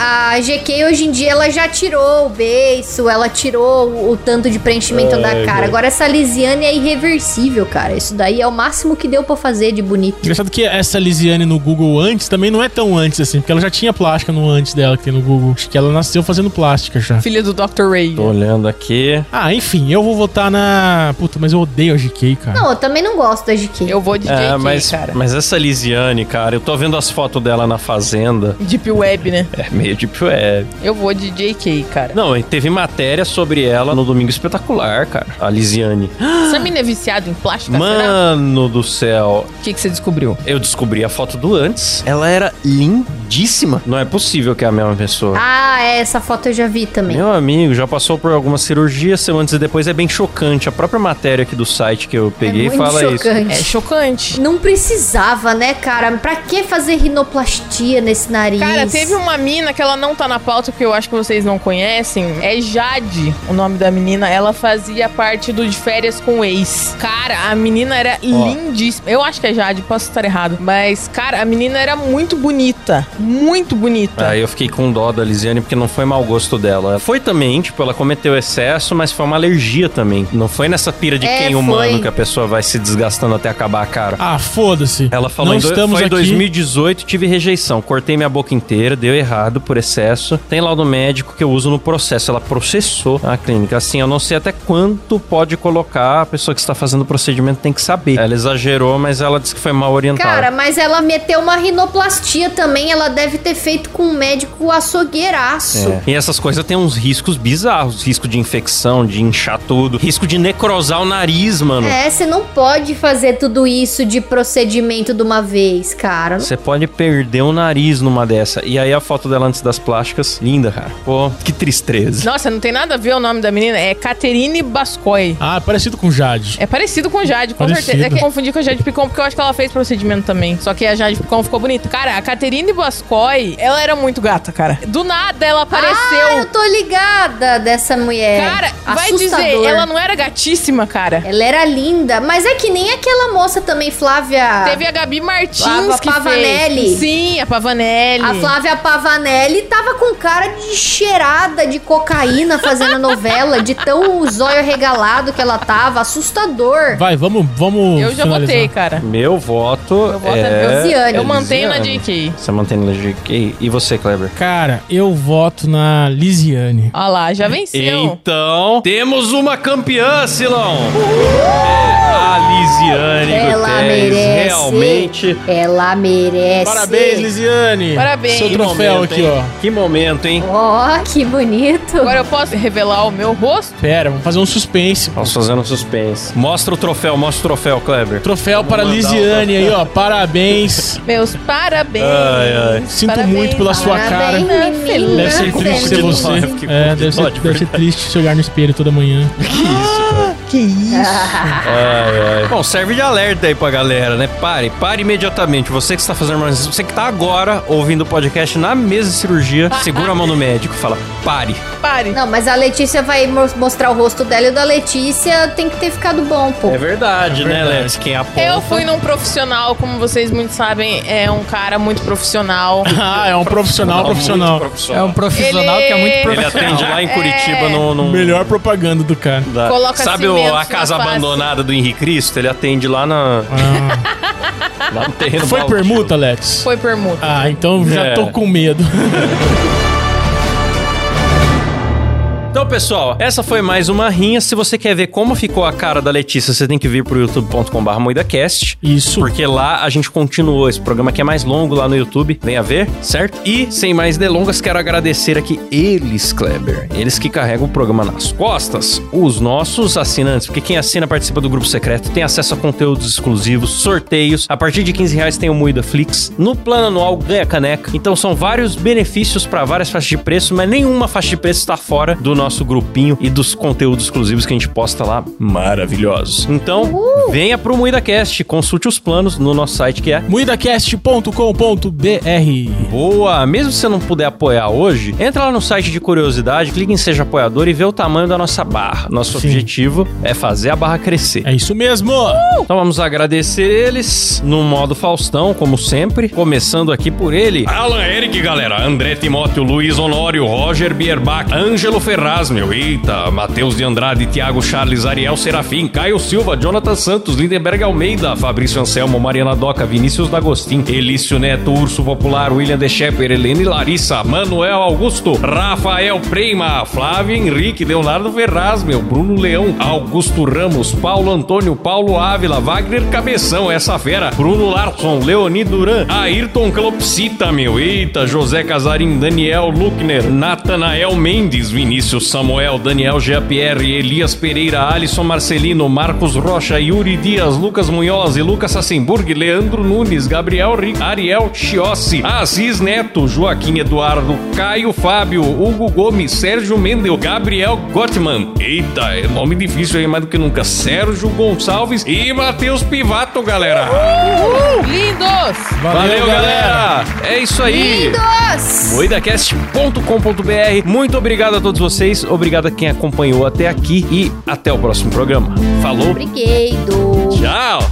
Speaker 5: A GQ hoje em dia ela já tirou o beiço, ela tirou o, o tanto de preenchimento da cara. Agora essa Lisiane é irreversível, cara. Isso daí é o máximo que deu pra fazer de bonito.
Speaker 3: Engraçado que essa Lisiane no Google antes também não é tão antes assim, porque ela já tinha plástica no antes dela que tem no Google. Acho que ela nasceu fazendo plástica já.
Speaker 4: Filha do Dr. Ray.
Speaker 1: Tô olhando aqui.
Speaker 3: Ah, enfim, eu vou votar na. Puta, mas eu odeio a GK, cara.
Speaker 5: Não, eu também não gosto da GQ.
Speaker 4: Eu vou de
Speaker 1: É,
Speaker 4: JK,
Speaker 1: mas,
Speaker 4: cara.
Speaker 1: mas essa Lisiane, cara, eu tô vendo as fotos dela na fazenda.
Speaker 4: Deep Web, né?
Speaker 1: É meio de é.
Speaker 4: Eu vou de JK, cara.
Speaker 1: Não, e teve matéria sobre ela no Domingo Espetacular, cara. A Lisiane.
Speaker 4: Essa mina é viciada em plástica, será?
Speaker 1: Mano do céu.
Speaker 4: O que, que você descobriu?
Speaker 1: Eu descobri a foto do antes. Ela era lindíssima. Não é possível que é a mesma pessoa.
Speaker 5: Ah, é, essa foto eu já vi também.
Speaker 1: Meu amigo, já passou por algumas cirurgias, seu antes e depois é bem chocante. A própria matéria aqui do site que eu peguei
Speaker 5: é muito
Speaker 1: fala isso.
Speaker 5: chocante.
Speaker 4: É chocante.
Speaker 5: Não precisava, né, cara? Pra que fazer rinoplastia nesse nariz?
Speaker 4: Cara, teve um uma mina que ela não tá na pauta, porque eu acho que vocês não conhecem. É Jade, o nome da menina. Ela fazia parte do De Férias com o Ex. Cara, a menina era lindíssima. Eu acho que é Jade, posso estar errado. Mas, Mas, cara, a menina era muito bonita. Muito bonita.
Speaker 1: Aí eu fiquei com dó da Lisiane porque não foi mau gosto dela. Foi também, tipo, ela cometeu excesso, mas foi uma alergia também. Não foi nessa pira de
Speaker 5: É,
Speaker 1: quem
Speaker 5: foi.
Speaker 1: humano que a pessoa vai se desgastando até acabar a cara.
Speaker 3: Ah, foda-se.
Speaker 1: Ela falou
Speaker 3: não
Speaker 1: em do-
Speaker 3: estamos
Speaker 1: foi em
Speaker 3: aqui.
Speaker 1: 2018, tive rejeição, cortei minha boca inteira, deu errado por excesso. Tem laudo médico que eu uso no processo. Ela processou a clínica. Assim, eu não sei até quanto pode colocar, a pessoa que está fazendo o procedimento tem que saber. Ela exagerou, mas ela disse que foi mal orientada.
Speaker 5: Cara, mas ela meteu uma rinoplastia também. Ela deve ter feito com um médico açougueiraço.
Speaker 1: É. E essas coisas têm uns riscos bizarros. Risco de infecção, de inchar tudo. Risco de necrosar o nariz, mano.
Speaker 5: É, você não pode fazer tudo isso de procedimento de uma vez, cara.
Speaker 1: Você pode perder o nariz numa dessa. E aí a foto dela antes das plásticas, linda, cara. Pô, que tristeza.
Speaker 4: Nossa, não tem nada a ver o nome da menina. É Caterine Bascoy.
Speaker 3: Ah, é parecido com Jade.
Speaker 4: É parecido com Jade, com
Speaker 3: Parecido.
Speaker 4: certeza. É que eu confundi com a Jade Picon, porque eu acho que ela fez procedimento também. Só que a Jade Picon ficou bonita. Cara, a Caterine Bascoy, ela era muito gata, cara. Do nada ela
Speaker 5: Ah, eu
Speaker 4: apareceu.
Speaker 5: tô ligada dessa mulher.
Speaker 4: cara, vai
Speaker 5: Assustador.
Speaker 4: dizer, ela não era gatíssima, cara.
Speaker 5: Ela era linda, mas é que nem aquela moça também, Flávia.
Speaker 4: Teve a Gabi Martins
Speaker 5: Ah. A- a
Speaker 4: que
Speaker 5: Pavanelli.
Speaker 4: fez. Sim, a Pavanelli.
Speaker 5: A Flávia Pavanelli tava com cara de cheirada de cocaína fazendo novela, de tão zóio regalado que ela tava, assustador.
Speaker 3: Vai, vamos, vamos
Speaker 4: Eu já
Speaker 3: finalizar.
Speaker 4: votei, cara.
Speaker 1: Meu voto
Speaker 4: Meu voto é
Speaker 1: é...
Speaker 5: Elisiane.
Speaker 4: Eu mantenho na
Speaker 1: Elisiane.
Speaker 4: JK.
Speaker 1: Você mantém na JK? E você, Kleber?
Speaker 3: Cara, eu voto na Lisiane.
Speaker 4: Olha lá, já venceu.
Speaker 1: Então, temos uma campeã, Silão! É a Lisiane
Speaker 5: Ela
Speaker 1: Guterres,
Speaker 5: merece.
Speaker 1: realmente
Speaker 5: Ela merece.
Speaker 3: Parabéns, Lisiane.
Speaker 4: Parabéns.
Speaker 3: Seu
Speaker 1: Que
Speaker 3: troféu
Speaker 1: momento,
Speaker 3: aqui,
Speaker 1: hein?
Speaker 3: ó.
Speaker 1: Que momento, hein?
Speaker 5: Ó, que bonito.
Speaker 4: Agora eu posso revelar o meu rosto?
Speaker 3: Pera, vamos fazer um suspense.
Speaker 1: Nós fazendo um suspense. Mostra o troféu, mostra o troféu, Kleber.
Speaker 3: Troféu para
Speaker 1: mandar um
Speaker 3: Lisiane aí, ó. Parabéns.
Speaker 4: Meus parabéns.
Speaker 1: Ai, ai.
Speaker 3: Sinto muito pela sua
Speaker 5: Parabéns,
Speaker 3: cara.
Speaker 5: menina.
Speaker 4: Deve
Speaker 3: Deve ser
Speaker 5: Você
Speaker 3: triste
Speaker 5: é
Speaker 3: ser
Speaker 5: muito
Speaker 3: você.
Speaker 1: Eu fiquei com
Speaker 3: É,
Speaker 1: muito
Speaker 3: deve
Speaker 1: dó
Speaker 3: ser,
Speaker 1: de
Speaker 3: deve ser triste se olhar no espelho toda manhã.
Speaker 4: Ah.
Speaker 1: Ai, ai. Bom, serve de alerta aí pra galera, né? Pare, pare imediatamente. Você que está fazendo uma... Você que está agora ouvindo o podcast na mesa de cirurgia, segura a mão do médico e fala, pare.
Speaker 4: Pare.
Speaker 5: Não, mas a Letícia vai mo- mostrar o rosto dela e o da Letícia tem que ter ficado bom, pô.
Speaker 1: É verdade,
Speaker 3: né, Lex?
Speaker 1: Quem é aponta...
Speaker 4: Eu fui num profissional, como vocês muito sabem, é um cara muito profissional.
Speaker 3: Ah, é um profissional, profissional. um
Speaker 6: É um profissional
Speaker 4: Ele-
Speaker 6: que é muito
Speaker 1: Ele
Speaker 6: profissional.
Speaker 1: atende lá em Curitiba
Speaker 4: É.
Speaker 1: no... no...
Speaker 3: Melhor propaganda do cara.
Speaker 1: da-
Speaker 4: Coloca
Speaker 1: Sabe o-
Speaker 4: cimento
Speaker 1: a
Speaker 4: na
Speaker 1: casa
Speaker 4: face.
Speaker 1: abandonada do Henrique Cristo? Ele atende lá na...
Speaker 3: Ah.
Speaker 1: lá no terreno
Speaker 3: Foi
Speaker 1: baldio.
Speaker 3: permuta, Lex?
Speaker 4: Foi permuta.
Speaker 3: Ah, então já
Speaker 1: É.
Speaker 3: tô com medo.
Speaker 1: Então, pessoal, essa foi mais uma rinha. Se você quer ver como ficou a cara da Letícia, você tem que vir pro youtube.com.br moidacast.
Speaker 3: Isso.
Speaker 1: Porque lá a gente continuou esse programa que é mais longo lá no YouTube. Venha ver, certo? E, sem mais delongas, quero agradecer aqui eles, Kleber. Eles que carregam o programa nas costas. Os nossos assinantes. Porque quem assina participa do grupo secreto, tem acesso a conteúdos exclusivos, sorteios. A partir de 15 reais tem o Moída Flix. No plano anual ganha caneca. Então são vários benefícios para várias faixas de preço, mas nenhuma faixa de preço está fora do nosso grupinho e dos conteúdos exclusivos que a gente posta lá. Maravilhosos. Então, venha pro MoídaCast, consulte os planos no nosso site que é
Speaker 3: Muidacast.com.br
Speaker 1: Boa! Mesmo se você não puder apoiar hoje, entra lá no site de curiosidade, clica em Seja Apoiador e vê o tamanho da nossa barra. Nosso
Speaker 3: Sim.
Speaker 1: objetivo é fazer a barra crescer.
Speaker 3: É isso mesmo.
Speaker 1: Então vamos agradecer eles no modo Faustão, como sempre. Começando aqui por ele. Alan Eric, galera. André Timóteo, Luiz Honório, Roger Bierbach, Ângelo Ferraz, meu. Eita. Matheus de Andrade, Thiago Charles, Ariel Serafim, Caio Silva, Jonathan Santos, Lindenberg Almeida, Fabrício Anselmo, Mariana Doca, Vinícius D'Agostin, Elício Neto, Urso Popular, William De Shepper, Helene Larissa, Manuel Augusto, Rafael Prema, Flávio Henrique, Leonardo Ferraz, meu. Bruno Leão, Augusto Ramos, Paulo Antônio, Paulo Ávila, Wagner Cabeção, essa fera, Bruno Larson, Leoni Duran, Ayrton Clopsita, meu, eita, José Casarim, Daniel Luckner, Natanael Mendes, Vinícius Samuel, Daniel Jean-Pierre, Elias Pereira, Alisson Marcelino, Marcos Rocha, Yuri Dias, Lucas Munhoz e Lucas Sassenburg, Leandro Nunes, Gabriel Rico, Ariel Chiossi, Assis Neto, Joaquim Eduardo, Caio Fábio, Hugo Gomes, Sérgio Mendel, Gabriel Gottman. Eita, é nome difícil aí mais do que nunca. Sérgio Gonçalves e Matheus Pivato, galera.
Speaker 4: Lindos!
Speaker 1: Valeu, galera. É isso aí.
Speaker 5: Lindos!
Speaker 1: Moidacast.com.br. Muito obrigado a todos vocês, obrigado a quem acompanhou até aqui e até o próximo programa. Falou,
Speaker 5: Obrigado.
Speaker 1: tchau!